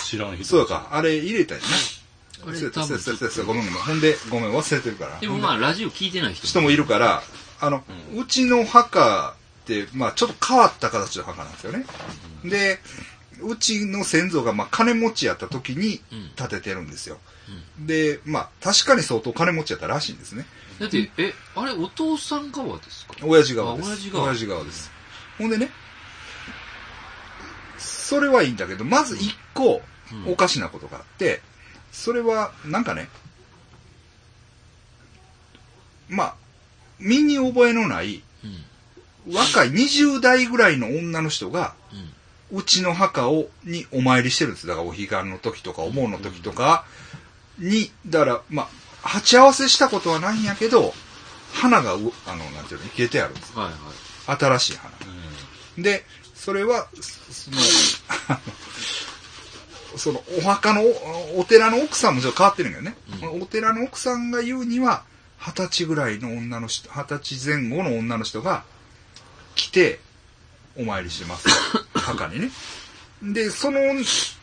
知らん人。
そうか、あれ入れたよね。
あれ
そうや
多分
そうやそうやそうやごめんごめん。ほんで、ごめん、忘れてるから。
でもまあ、ラジオ聞いてない人
人もいるから、あの、うちの墓って、まあちょっと変わった形の墓なんですよね。で、うちの先祖が、まあ金持ちやった時に
うん
建ててるんですよ。で、まあ確かに相当金持ちやったらしいんですね。
だって、え、あれ、お父さん側ですか
親父側です。
あ親父側
です。ほんでね、それはいいんだけど、まず一個
うん
おかしなことがあって、それはなんかね、まあ、身に覚えのない
うん。
若い20代ぐらいの女の人が、
うん。
うちの墓を、にお参りしてるんです。だからお彼岸の時とか、お盆の時とかに、だから、まあ、鉢合わせしたことはないんやけど、花がう、あの、なんていうの、消えてあるんです。
はいはい。
新しい花。
う
で、それは、そその、 あのそのお墓のお、お寺の奥さんもちょっと変わってるんだよね。お寺の奥さんが言うには、二十歳ぐらいの女の人、二十歳前後の女の人が来て、お参りしてます。墓にね。で、その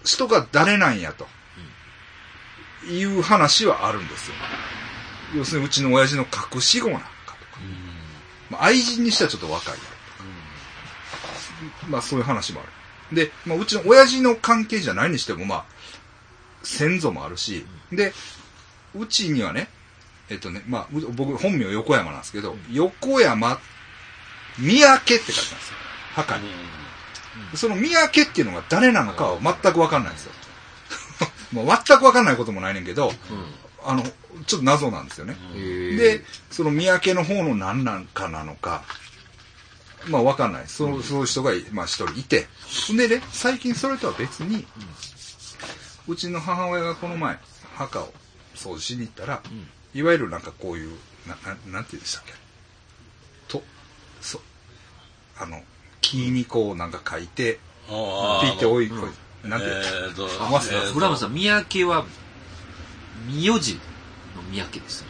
人が誰なんやと。いう話はあるんですよ。要するにうちの親父の隠し子なんかとか。まあ、愛人にしてはちょっと若いやろまあそういう話もある。で、まあうちの親父の関係じゃないにしてもまあ、先祖もあるし、で、うちにはね、えっとね、まあう僕本名横山なんですけど、横山、三宅って書いてあるんですよ。墓に。その三宅っていうのが誰なのかは全くわかんないんですよ。 まあ全くわかんないこともないねんけど、あの、ちょっと謎なんですよね。で、その三宅の方の何なんかなのか、まあわかんない。その、そういう人が、まあ一人いて。でね、最近それとは別に、うちの母親がこの前、墓を掃除しに行ったら、いわゆるなんかこういう、な、ななんて言うんでしたっけと、そ、あの、木にこうなんか書いて、
あ
ピ
ー
ッて置い、こうなんて言うんでしたっけ
えーと、
あ、まさ
えーと
村山さん、三宅は、苗字の三宅です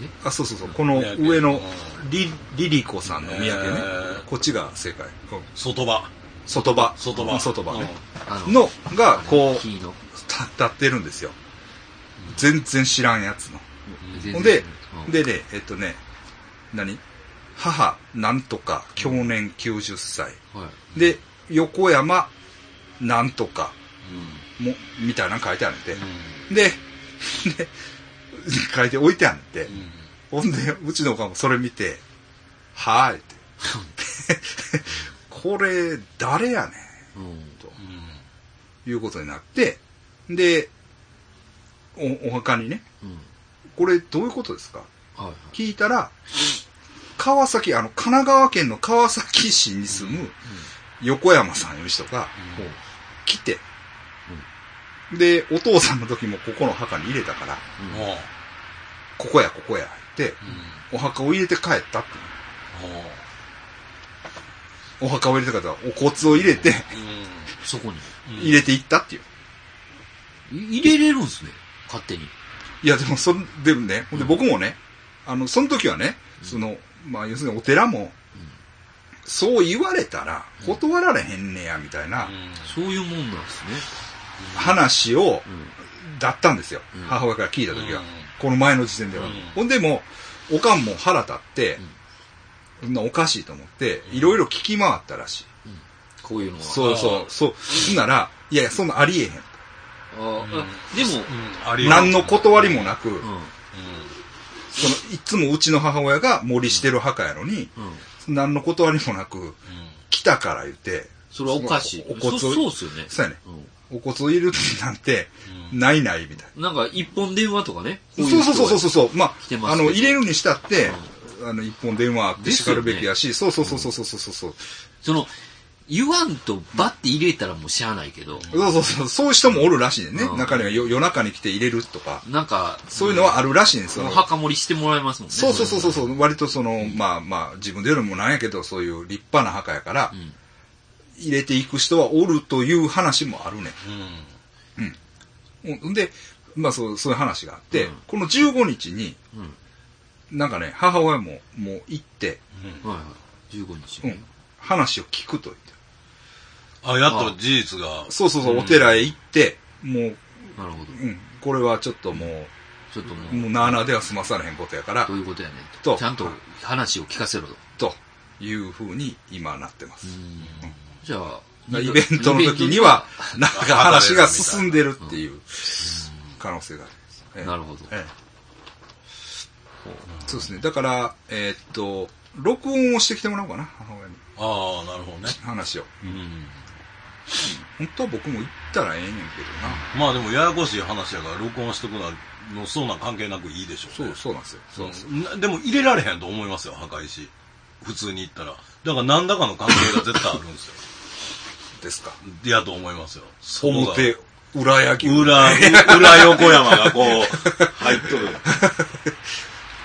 ね。
あ、そうそうそう、この
三宅
上の
う
リリリコさんの三宅ね、
えー
こっちが正解、うん
外場。
外場
外
う
場。
ん外場ね、
あ
のがこう
キーの。
た立ってるんですよ全然知らんやつの
全然
ほんで
うん
でねえっとね何母なんとか去年90歳
はい
で横山なんとか
う
もみたいなの書いてあるんで
ん。うん。
で で書いて置いてあるんで、
うん
ほんで、うちのおかんもそれ見て、はーいって。 これ、誰やね
うん
うん
んいうことになって、で、お、お墓にね、
うん
これどういうことですか
はいはい
聞いたら、川崎、あの、神奈川県の川崎市に住む横山さんいう人が
ほう
来て、で、お父さんの時もここの墓に入れたから、
うん
もう
ここや、ここや、って、
う
お墓を入れて帰ったって。
んも
お墓を入れた方は、お骨を入れて、
う
そこに。
うん
入れていったっていう。
い入れれるんですね。勝手に。
いや、でも、そん、でもね、ほんで
うん
僕もね、あの、その時はね、
うん
その、まあ、要するにお寺も、そう言われたら、断られへんねや、みたいな
うん
そういうもんなんですね。
話を
う、ん
だったんですよ
うん。
母親から聞いた時は
うん。
この前の時点では
うん。
ほんでも、おかんも腹立って、そんなおかしいと思って、いろいろ聞き回ったらしい。
こういうのは。
そうそう、そう。そんなら、いやいや、そんなありえへ
あああでも、
うんあり
ん。
えない
何の断りもなく、
う
その、いつもうちの母親が森してる墓やのに、
ん。うん。
何の断りもなく、
うんうん
来たから言って、
それはおかしい。
お骨を
そそうっすよね。
そうやね。
う
お骨を入れるなんて、ないないみたい
ん。なんか、一本電話とかね。
な。そうそうそうそううそう。ま
来て
あ、
ま
あ
すけど
の、入れるにしたって、あの、一本電話あって叱るべきやし、そうそうそうそうそうそうそう。
その、言わんとバッて入れたらもうしゃあないけど、
そうそうそう、そういう人もおるらしいね
う。ん
中にはよ夜中に来て入れるとか、
なんか、
そういうのはあるらしいんです
うん、
よ
お。墓盛りしてもらえますもんね。。
そうそうそうそうそうう、割とその、まあまあ、自分で言うのもなんやけど、そういう立派な墓やから
う、ん。
入れていく人はおるという話もあるね。
うん
うんで、まあそう、そういう話があって
うん、
この15日に、
うん。
なんかね、母親ももう行って、
うん
はいはい。15日
う
ね
ん。、話を聞くと言って。
あ、やっと事実が。
そうそうそう、お寺へ行って、もう、
なるほど。
うん、これはちょっともう、
ちょっともう、
もうなあなあでは済まされへんことやから
どう、いうことやねん
と
と。ちゃんと話を聞かせろと。
というふうに今なってます。
じゃあ、
イベントの時には、なんか話が進んでるっていう可能性がある。ええ
なるほど
ええそうですね。だから、えーっと、録音をしてきてもらおうかな、母親に。
ああ、なるほどね。
話を。
うん。
本当は僕も行ったらええねんけどな。
まあでも、ややこしい話やから、録音しとくのは、のそうなん関係なくいいでしょ
そう、
そ
そうなんですよ。
うなでも、入れられへんと思いますよ、墓石。普通に言ったら。だから、何らかの関係が絶対あるんですよ。
ですか。
いやと思いますよ。そこが
表、裏焼き。
裏、裏横山がこ う、入っとる。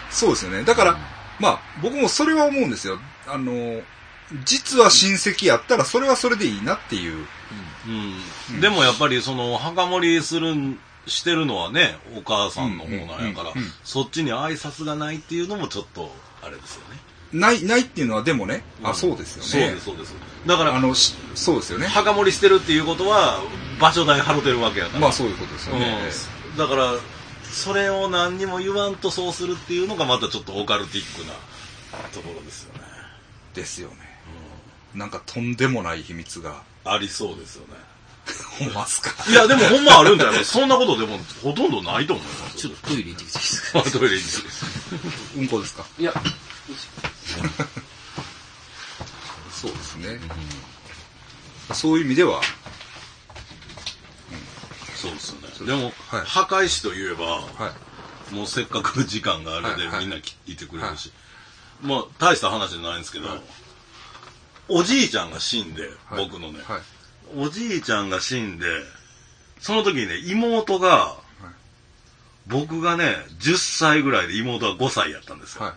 そうですよね。だから、まあ、僕もそれは思うんですよ。あの、実は親戚やったら、それはそれでいいなっていう。
うん。でもやっぱりその、墓守りするん、してるのはね、お母さんの方なんやから
うんうんうんうん、
そっちに挨拶がないっていうのもちょっと、あれですよね。
ない、ないっていうのは、でもね、あ、そうですよね。
そうです、そうです。だか
あ
ら、
の、しそうですよね。
墓守りしてるっていうことは、場所代払ってるわけやから。
まあ、そういうことですよね。
うんだから、それを何にも言わんとそうするっていうのがまたちょっとオカルティックなところですよね。
ですよね。なんかとんでもない秘密が、
ありそうですよね。
ほんますか。
いや、でもほんまあるんじゃないですか。そんなことでもほとんどない と思います。
ちょっとトイレ行ってきていいですか
まあトイレに行って
うんこですか。
いや、
そうですね。そういう意味では、
そうですよね。でも、
はい
破壊師といえば、
はい。
もうせっかく時間があるで、
はいはい
みんな聞いてくれるし、まあ大した話じゃないんですけど、おじいちゃんが死んで、
はい
僕のね、
はい。
おじいちゃんが死んで、その時にね、妹が、
い
僕がね、10歳ぐらいで妹は5歳やったんですよ。
はい。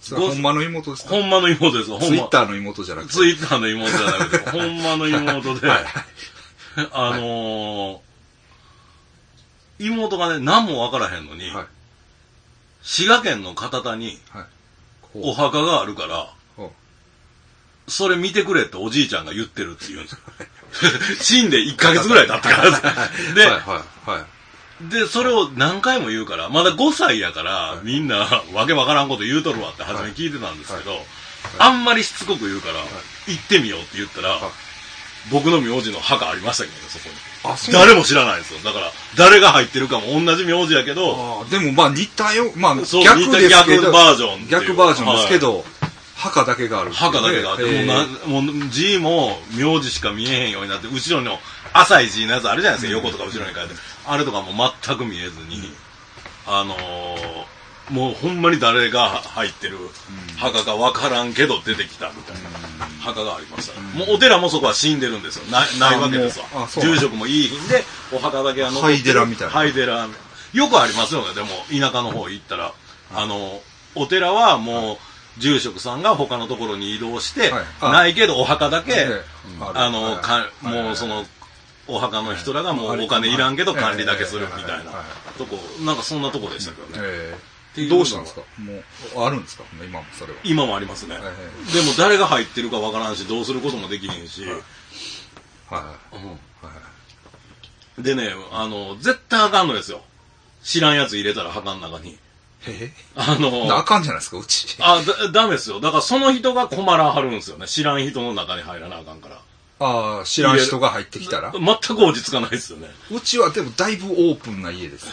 それはほんまの妹ですか
ほんまの妹ですよ、ほ
ツ
ん
イッ
ま。
ターの妹じゃなくて。
ツイッターの妹じゃなく て、ほんまの妹で、
はい
あのー妹がね、何もわからへんのに、
はい。
滋賀県の片田に
はい。
お
ほ
墓があるから、
う。ほ
それ見てくれっておじいちゃんが言ってるって言うんですよ。 死んで1ヶ月ぐらい経ったから
う
で、
はいはいはい。
で、それを何回も言うから、まだ5歳やから、みんな、わけわからんこと言うとるわって初め聞いてたんですけど、あんまりしつこく言うから、行ってみようって言ったら
い、
僕の名字の墓ありましたけどね、そこに。
あ、そう
誰も知らないんですよ。だから、誰が入ってるかも同じ名字やけど、
あーでもまあ似たよ、まあ逆です
そう
けど。
逆バージョンっていう
逆バージョンですけど、墓だけがあるっていうね。
墓だけがあって、
へー
もうな、もう字も名字しか見えへんようになって、後ろの浅い字のやつあるじゃないですか、横とか後ろに書いて。あれとかも全く見えずに、あのーもうほんまに誰が入ってる墓かわからんけど出てきたみたいな墓がありましたね。もうお寺もそこは死んでるんですよ。ない、ないわけですわ
あもうあ。そうなんだ
住職もいいんで、お墓だけあの、
灰寺みたいな
灰寺。よくありますよね、でも田舎の方行ったら。あの、お寺はもう、住職さんが他のところに移動して、
はいあ
ないけどお墓だけ、
うんる
あの、か
はいはい
もうその、お墓の人らがも
あ
う
れ
お金いらんけど
はいはい
管理だけするみた
はいいは
ない
はい
とこ、なんかそんなとこでしたけどね。
え
てい
え
うのが
どうしたんですかもう、あるんですか今もそれは。
今もありますね。で
はい
も誰が入ってるかわからんし、どうすることもできへんし、
は
でね、あの、絶対あかんのですよ。知らんやつ入れたら墓の中に。
い。へ
あ
え
の、
あかんじゃないですか、うち。
あ、だ、ダメですよ。だからその人が困らはるんですよね。知らん人の中に入らなあかんから。
ああ、知らん人が入ってきたら。
全く落ち着かないですよね。
うちはでもだいぶオープンな家です。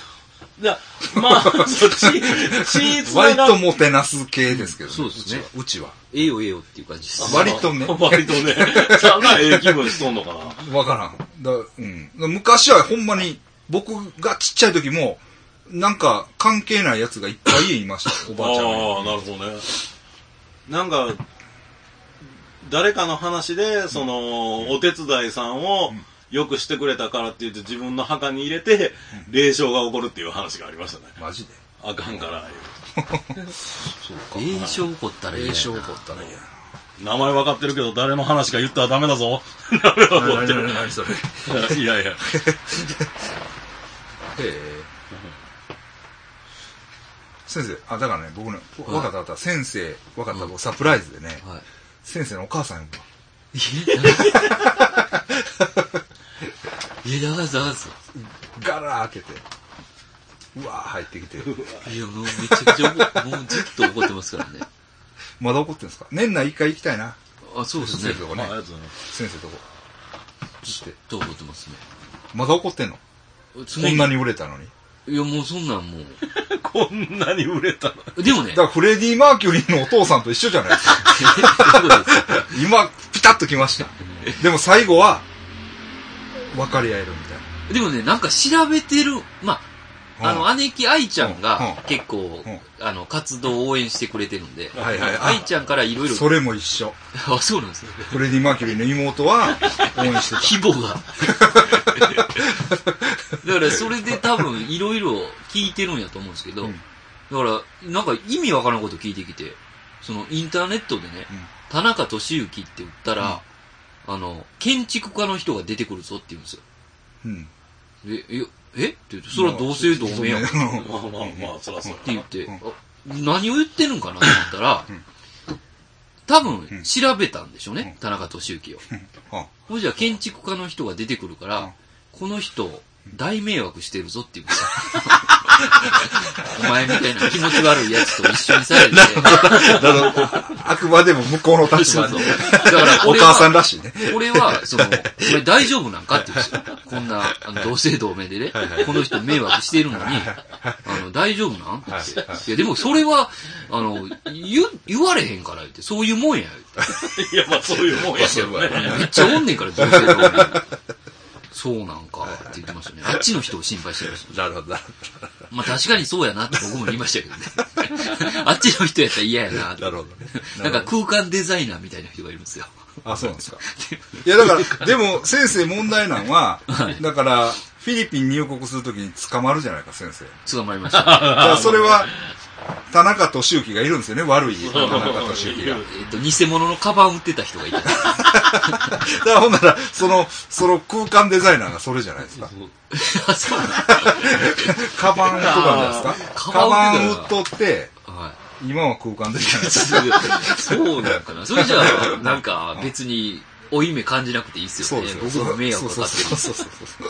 じゃ あまあ、そっち、血つな
割
が
ともてなす系ですけど、
そうですね
うちは。
ええよええよっていう感じです。
割とね
割とね。 さあ、ええ気分しとんのかな。
うちはわからん。だうん、昔はほんまに、僕がちっちゃい時も、なんか関係ない奴がいっぱい家いま した、おばあちゃんが。
ああ、なるほどね。なんか、誰かの話で、その、お手伝いさんを、よくしてくれたからって言って自分の墓に入れて、霊障が起こるっていう話がありましたね。
マジで。
あかんから、
そうか。
炎症起こったらええやんな。
起こったらいいや。
名前分かってるけど誰の話か言ったらダメだ ぞ。ダメだぞ
何
って。
何何それ。へ
いやいや。
え。先生、あ、だからね、僕ね、わかったわかった。先生、わかった。僕サプライズでね、
はい。
先生のお母さん呼ぶわ
いや、長い長いぞ。
ガラー開けて、うわー入ってき て、
いや、もうめちゃくちゃ、もうも うずっと怒ってますからね。
まだ怒ってんですか年内一回行きたいな。
あ、そうで
先
す
生
ね。
のと
ず
こ
ま
ね
あ、あ。りがとうございます。
先生のとこ。行っ。
ってと怒ってますね。
まだ怒ってんの
そ
こんなに売れたのに。
いや、もうそんなんも
こんなに売れたの。
う。でもね
だか、 らフレディ・マーキュリーのお父さんと一緒じゃないですか。今、ピタッときました。でも最後は、分かり合えるみたいな。
でもね、なんか調べてる、まあ、あ
うん
の、姉貴愛ちゃんが
うん
結構
うん、
あの、活動を応援してくれてるんで、
はいはいあ
愛ちゃんからいろいろ、
それも一緒。
あ、そうなんですね。
フレディ・マーキュリーの妹は、応援してた。
規模が。だから、それで多分、いろいろ聞いてるんやと思うんですけど、
うん
だから、なんか意味わからんこと聞いてきて、その、インターネットでね、
うん
田中俊之って言ったら、あの、建築家の人が出てくるぞって 言うんですよ。
うん。
で、え、えって言って、それは同姓同名やんって
まあまあまあ、そらそら。
言って、
うん
あ何を言ってるんかなと思ったら、多分、調べたんでしょうね、田中俊之を。
あ
ほいじゃあ建築家の人が出てくるから、この人、大迷惑してるぞって言うんですよ。 お前みたいな気持ち悪いやつと一緒にされて、
だからこうあくまでも向こうの立
そう
場
そ
で
う。。だから
お
俺
母さん
は、
らしいね。
俺は、その、俺大丈夫なんかって言うんですよ。こんな、あの同姓同名でね、この人迷惑してるのに、あの、大丈夫なんって言って。いや、でもそれは、あの、言、言われへんから言って、そういうもんや。
いや、まあそういうもん やけどね。
めっちゃおんねんから、同姓同名。そうなんか、って言ってましたね。あっちの人を心配してました。
なるほど、なる
まあ確かにそうやなって僕も言いましたけどね。 あっちの人やったら嫌やなって
ほど。なるほどね。
なんか空間デザイナーみたいな人がいるんですよ。
あ、そうなんですか。いや、だから、でも、先生問題なんは、だから、フィリピン入国するときに捕まるじゃないか、先生。
捕まりました。
だからそれは、田中俊之がいるんですよね、悪い田中俊之が。
えっと、偽物のカバン売ってた人がいた。
だからほんなら、その、その空間デザイナーがそれじゃないですか。
あそうなんだ
カバンとかじゃないですか。カ
カ
バ
バ
ン
ン
売っとって、
は
今は空間デザイナ
い。
ー。
そうなんかな。それじゃあ、なんか別に、負い目感じなくていいっす
そ
よ
うで
ね
す。よ。
僕も迷惑か
そう
かって
そう
る。
そうそ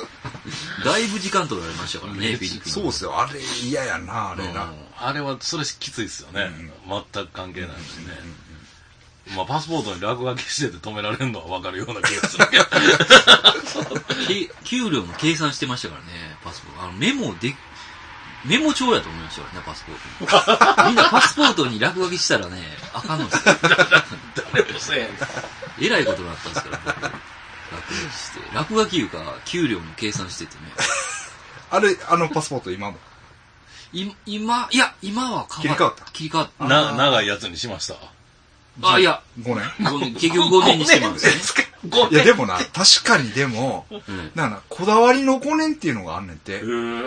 う。
だいぶ時間取られましたからね、フィリピン。
そうですよ。あれ嫌やな、あれな。
あれは、それきついですよね。全く関係ないしね。まあ、パスポートに落書きしてて止められるのはわかるような気がするけど。
け給料も計算してましたからね、パスポート。あの、メモで、メモ帳やと思いましたからね、パスポート。みんなパスポートに落書きしたらね、あかんのですよ。
誰もせえへん。
えらいことになったんですから、僕落書きして。落書きいうか、給料も計算しててね。
あれ、あのパスポート今も。
い今、いや、今は変
切り替わった
切り替わった。
な、長いやつにしました。
あ、いや、
5年。
五年結局5年にしてたんですよね。
ご
いや、でもな、確かにでも、
うん
なんかなこだわりの5年っていうのがあんねんて。い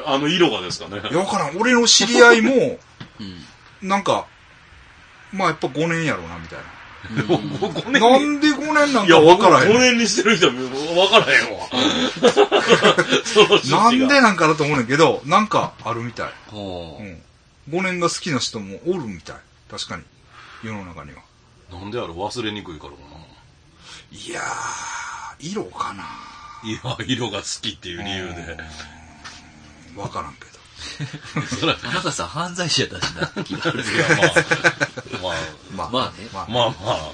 あの色がですかね。
や、わからん。俺の知り合いも、
うん
なんか、まあやっぱ5年やろうな、みたいな。
5年
な
に。
んで5年なん
いや、
かわ
僕
からへん。
5年にしてる人はわからへんわ。 その趣
な
旨が
んでなんかなと思うねんけど、なんかあるみたい。
ほ
う。
うん
5年が好きな人もおるみたい。確かに。世の中には。
なんであれ忘れにくいからか
いやー、色かな。
な。いや、色が好きっていう理由で。
わからんけど。
そら、
田中さん犯罪者だしなって気がする。
まあ、
まあ、
まあね
まあ、
まあ、まあまあ。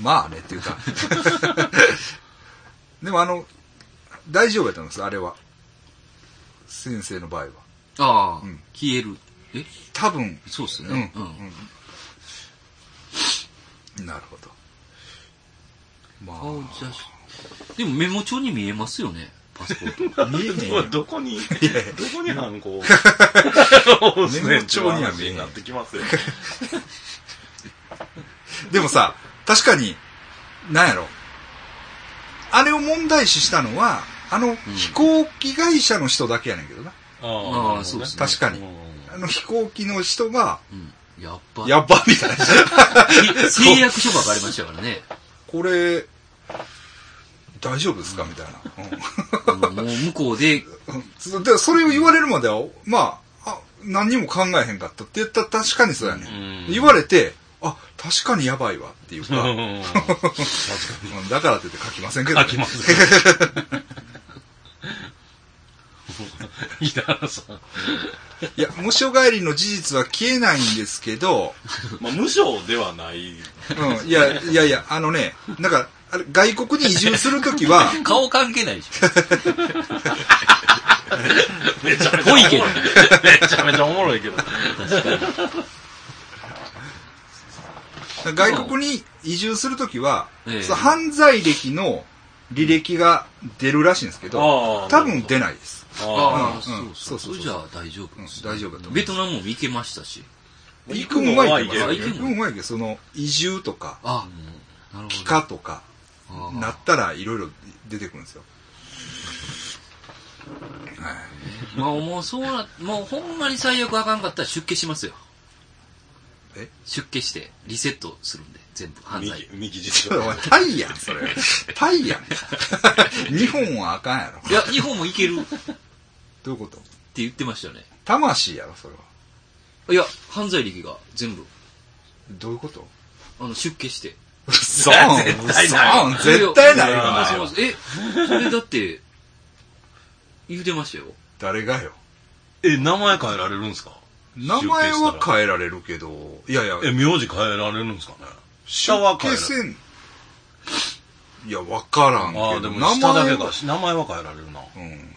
まあねっていうか。 でもあの、大丈夫やったんです、あれは。先生の場合は。
ああ
うん、
消える。え
多分、
そうっす
う
よ
ん、うん
ね。うん。、
うん。なるほど。ま
顔写真。でもメモ帳に見えますよね、パスポ ート。
あ、見えねえよ。
どこに、どこに犯行
メモ帳には見えへん
になってきますよ。
でもさ、確かに、なんやろ。あれを問題視したのは、あの、飛行機会社の人だけやねんけどな。
ああそうですね
確かに。あの飛行機の人が、
うん。やっぱ。
やっばみたいな。
契約書ばかりましたからね。
これ、大丈夫ですかみたいな。
あのもう向こうで、
うん でそれを言われるまでは、まあ、あ何にも考えへんかったって言ったら確かにそうやね、
うん
言われて、あ、確かにやばいわっていう
う
か、 うん
ん。確かに。
だからって言って書きませんけど、
書
ね。
きます。北原さん。
いや、無償帰りの事実は消えないんですけど、
まあ、無償では ない。
うん、いや、いやいや、あのね、なんか、あれ外国に移住するときは、
顔関係ないでし
めちゃめちゃ
ぽ
おもろ
い
い
けど
めちゃめちゃおもろいけど。
外国に移住するときは、
ええ
その犯罪歴の履歴が出るらしいんですけ
あ
ど
あ、
多分出ないです。
ょ。
あ
ああ、
うんうん
そうそ
そ
う。そ
そうそ
う
う
れじゃあ大丈夫です
うん大丈夫だと思う
ベトナムも行けましたし。
あ
行くんは
行
いい
く
け
の
ど、
は
行
行ける
くんはいいけど、その、移住とか、
あ、なるほど。
帰化とか、
ああ
なったらいろいろ出てくるんですよ。 はい
まあもうそうな、もうほんまに最悪あかんかったら出家しますよ。
え
出家して、リセットするんで、全部、犯
ミ
罪。
キ、ミキ
ち
実
ょっとお前、タイやん、それ。タイやん。 日本はあかんやろ。
いや、日本も行けるって
どういうこと
言ってましたよね。
魂やろ、それは。
いや、犯罪歴が全部、
どういうこと
あの、出家して。
嘘嘘 絶対ない
い
わ
やそうそうえ、それだって、言うてましたよ。
誰がよ。
え、名前変えられるんですか
名前は
え
変えられるけど、いやいや、
え、名字変えられるんですかね下は変えられ
出
る。
家せんいや、わからんけど、
ああ、でも下だけ
名前は
か。名前は変えられるな。
うん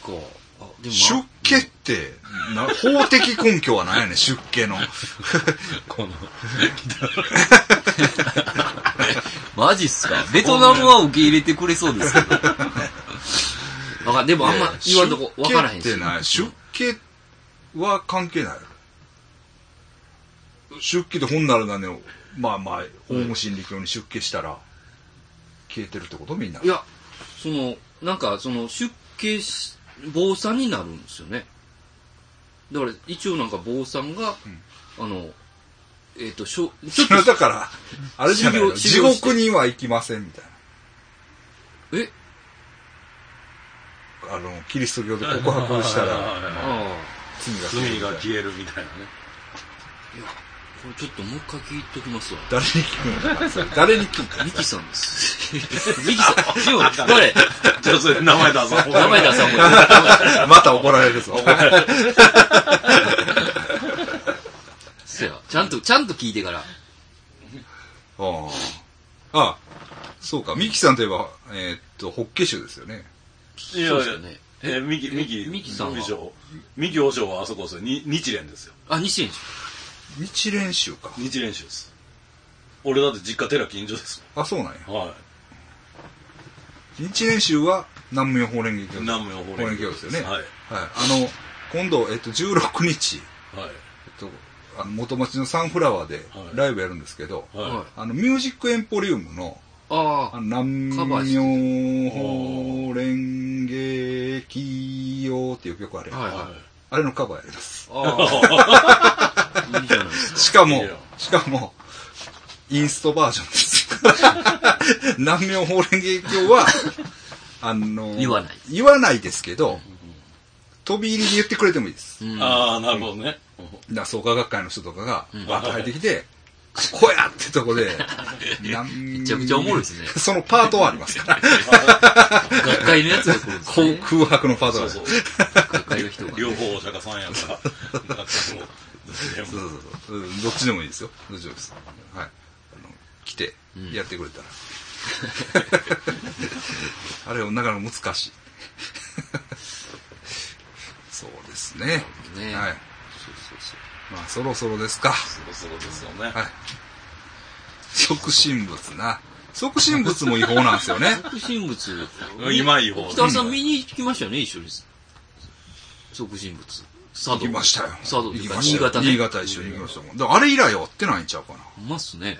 確か。あ、でも、
出家って、な法的根拠はないやねん、出家の。
この、
マジっすかベトナムは受け入れてくれそうですけ ど。わかんでもあんま言わんとこ分からへん
出家
し
って。ない。出家は関係ない。出家って本ならなねを、まあまあ、オウム真理教に出家したら、消えてるってことみんな。
いや、その、なんか、その、出家し、坊さんになるんですよね。だから、一応なんか坊さんが、あの、えっ、と、しょ、ちょっ
それはだから、あれじゃないの
修
地
行して
獄には行きませんみたい
と、え
な。あの、キリスト教で告白をした
はいはい
ら、
はい はい
あ
罪が消
罪が消え
えるみたいな。
るみたいなね。
あ、いや、これちょっともう一回聞いときますわ。
誰に聞くの誰に聞くの
ミキさんです。ミキさん、でも、どれ
じゃあそれ名前出そう。
名前出さんも
また怒られる ぞ。
そや、ちゃんと、ちゃんと聞いてから。
ああ。ああそうか。ミキさんといえば、えーっと、ホッケ州ですよね。
いや
そう
い
で
や
すよね
え、ミキ、
え
ミキ、
ミキさんは
ミキ王ミキ王将はあそこですよ。に日蓮ですよ。
あ、西園
日蓮州か。
日蓮宗です。俺だって実家寺近所です
あ、そうなんや。
もん。はい。
日蓮宗は南無妙法蓮華経。
南無妙法蓮華経
法ですよね。
はい
あの、今度、えっと、16日、
はい。
えっと、あの元町のサンフラワーで
はい
ライブやるんですけど、
寺。
は
あの、ミュージックエンポリウムの、
あ
あの南
カバーし
無妙法蓮華経っていう曲あれ、
あ、はい
い。は
はい。
あれのカバーやります。
ああ、いいじゃないですか。
しかも
いいよ、
しかも、インストバージョンです。南明法蓮華 経は、あの、
言わない。
言わないですけど、飛び入りで言ってくれてもいいです
う。ん
い。ああ、なるほどね。
だから創価学会の人とかが、
ん
バーッと入ってきて、ここやってとこで、め
めちゃくちゃおもろいですね
そのパートはありますから。
学会のやつが来るんですね。
空白のパート
そ
はあ
うそ
り
う
ま。
学会の人が。
両方お釈迦さんやから。なんかもう
す。そうそうそううんどっちでもいいですよ。どっちでもいいです。はい。あの来て
ん、
やってくれたら。 あれをなかなか難しい。そうですね。
ね
はい。
そうそうそう。
まあ、そろそろですか。
そうそうですよね
は。い。即身仏な。即身仏も違法なんですよ ね。
促進物。
今いい方
北原さん見に行きましたよね、一緒です。促進物。佐
行きましたよ。
佐渡と
行
い
き
う
ま
か、
した
新
よ
潟ね。
新潟一緒に行きましたもん。だからあれ以来は会ってないんちゃうかな。
ほんまっすね。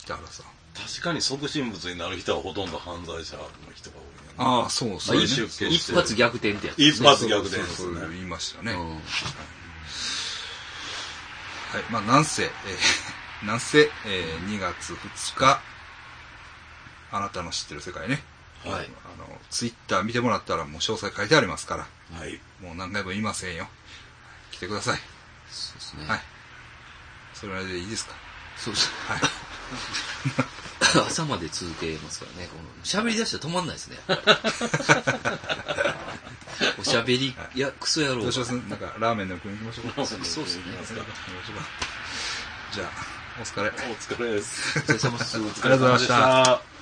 北原さん。
確かに即身仏になる人はほとんど犯罪者の人が多いよね。
ああ、そうそう、
う
ね。
いう出家して
一
る
発逆転ってやつね。
一発逆転で
そ
す
う
ね
そう。言いましたね。
う
はい。
ん
まあ、なんせ、えー、 なんせ、えー、2月2日、あなたの知ってる世界ね。
はい。
あの、ツイッター見てもらったらもう詳細書いてありますから、
はい。
もう何回も言いませんよ。来てください。
そうですね。
はい。それぐらいでいいですか
そうそう。
はい。
朝まで続けますからね。この喋り出したら止まんないで すね。おしゃべり、いや、クソ野郎
ど
が。
うしますなんか、ラーメンでも食いに行きましょうか。
そうですね。
じゃあ、お疲れ。
お疲れです。
お疲れ様です。
ありがとうございました
た。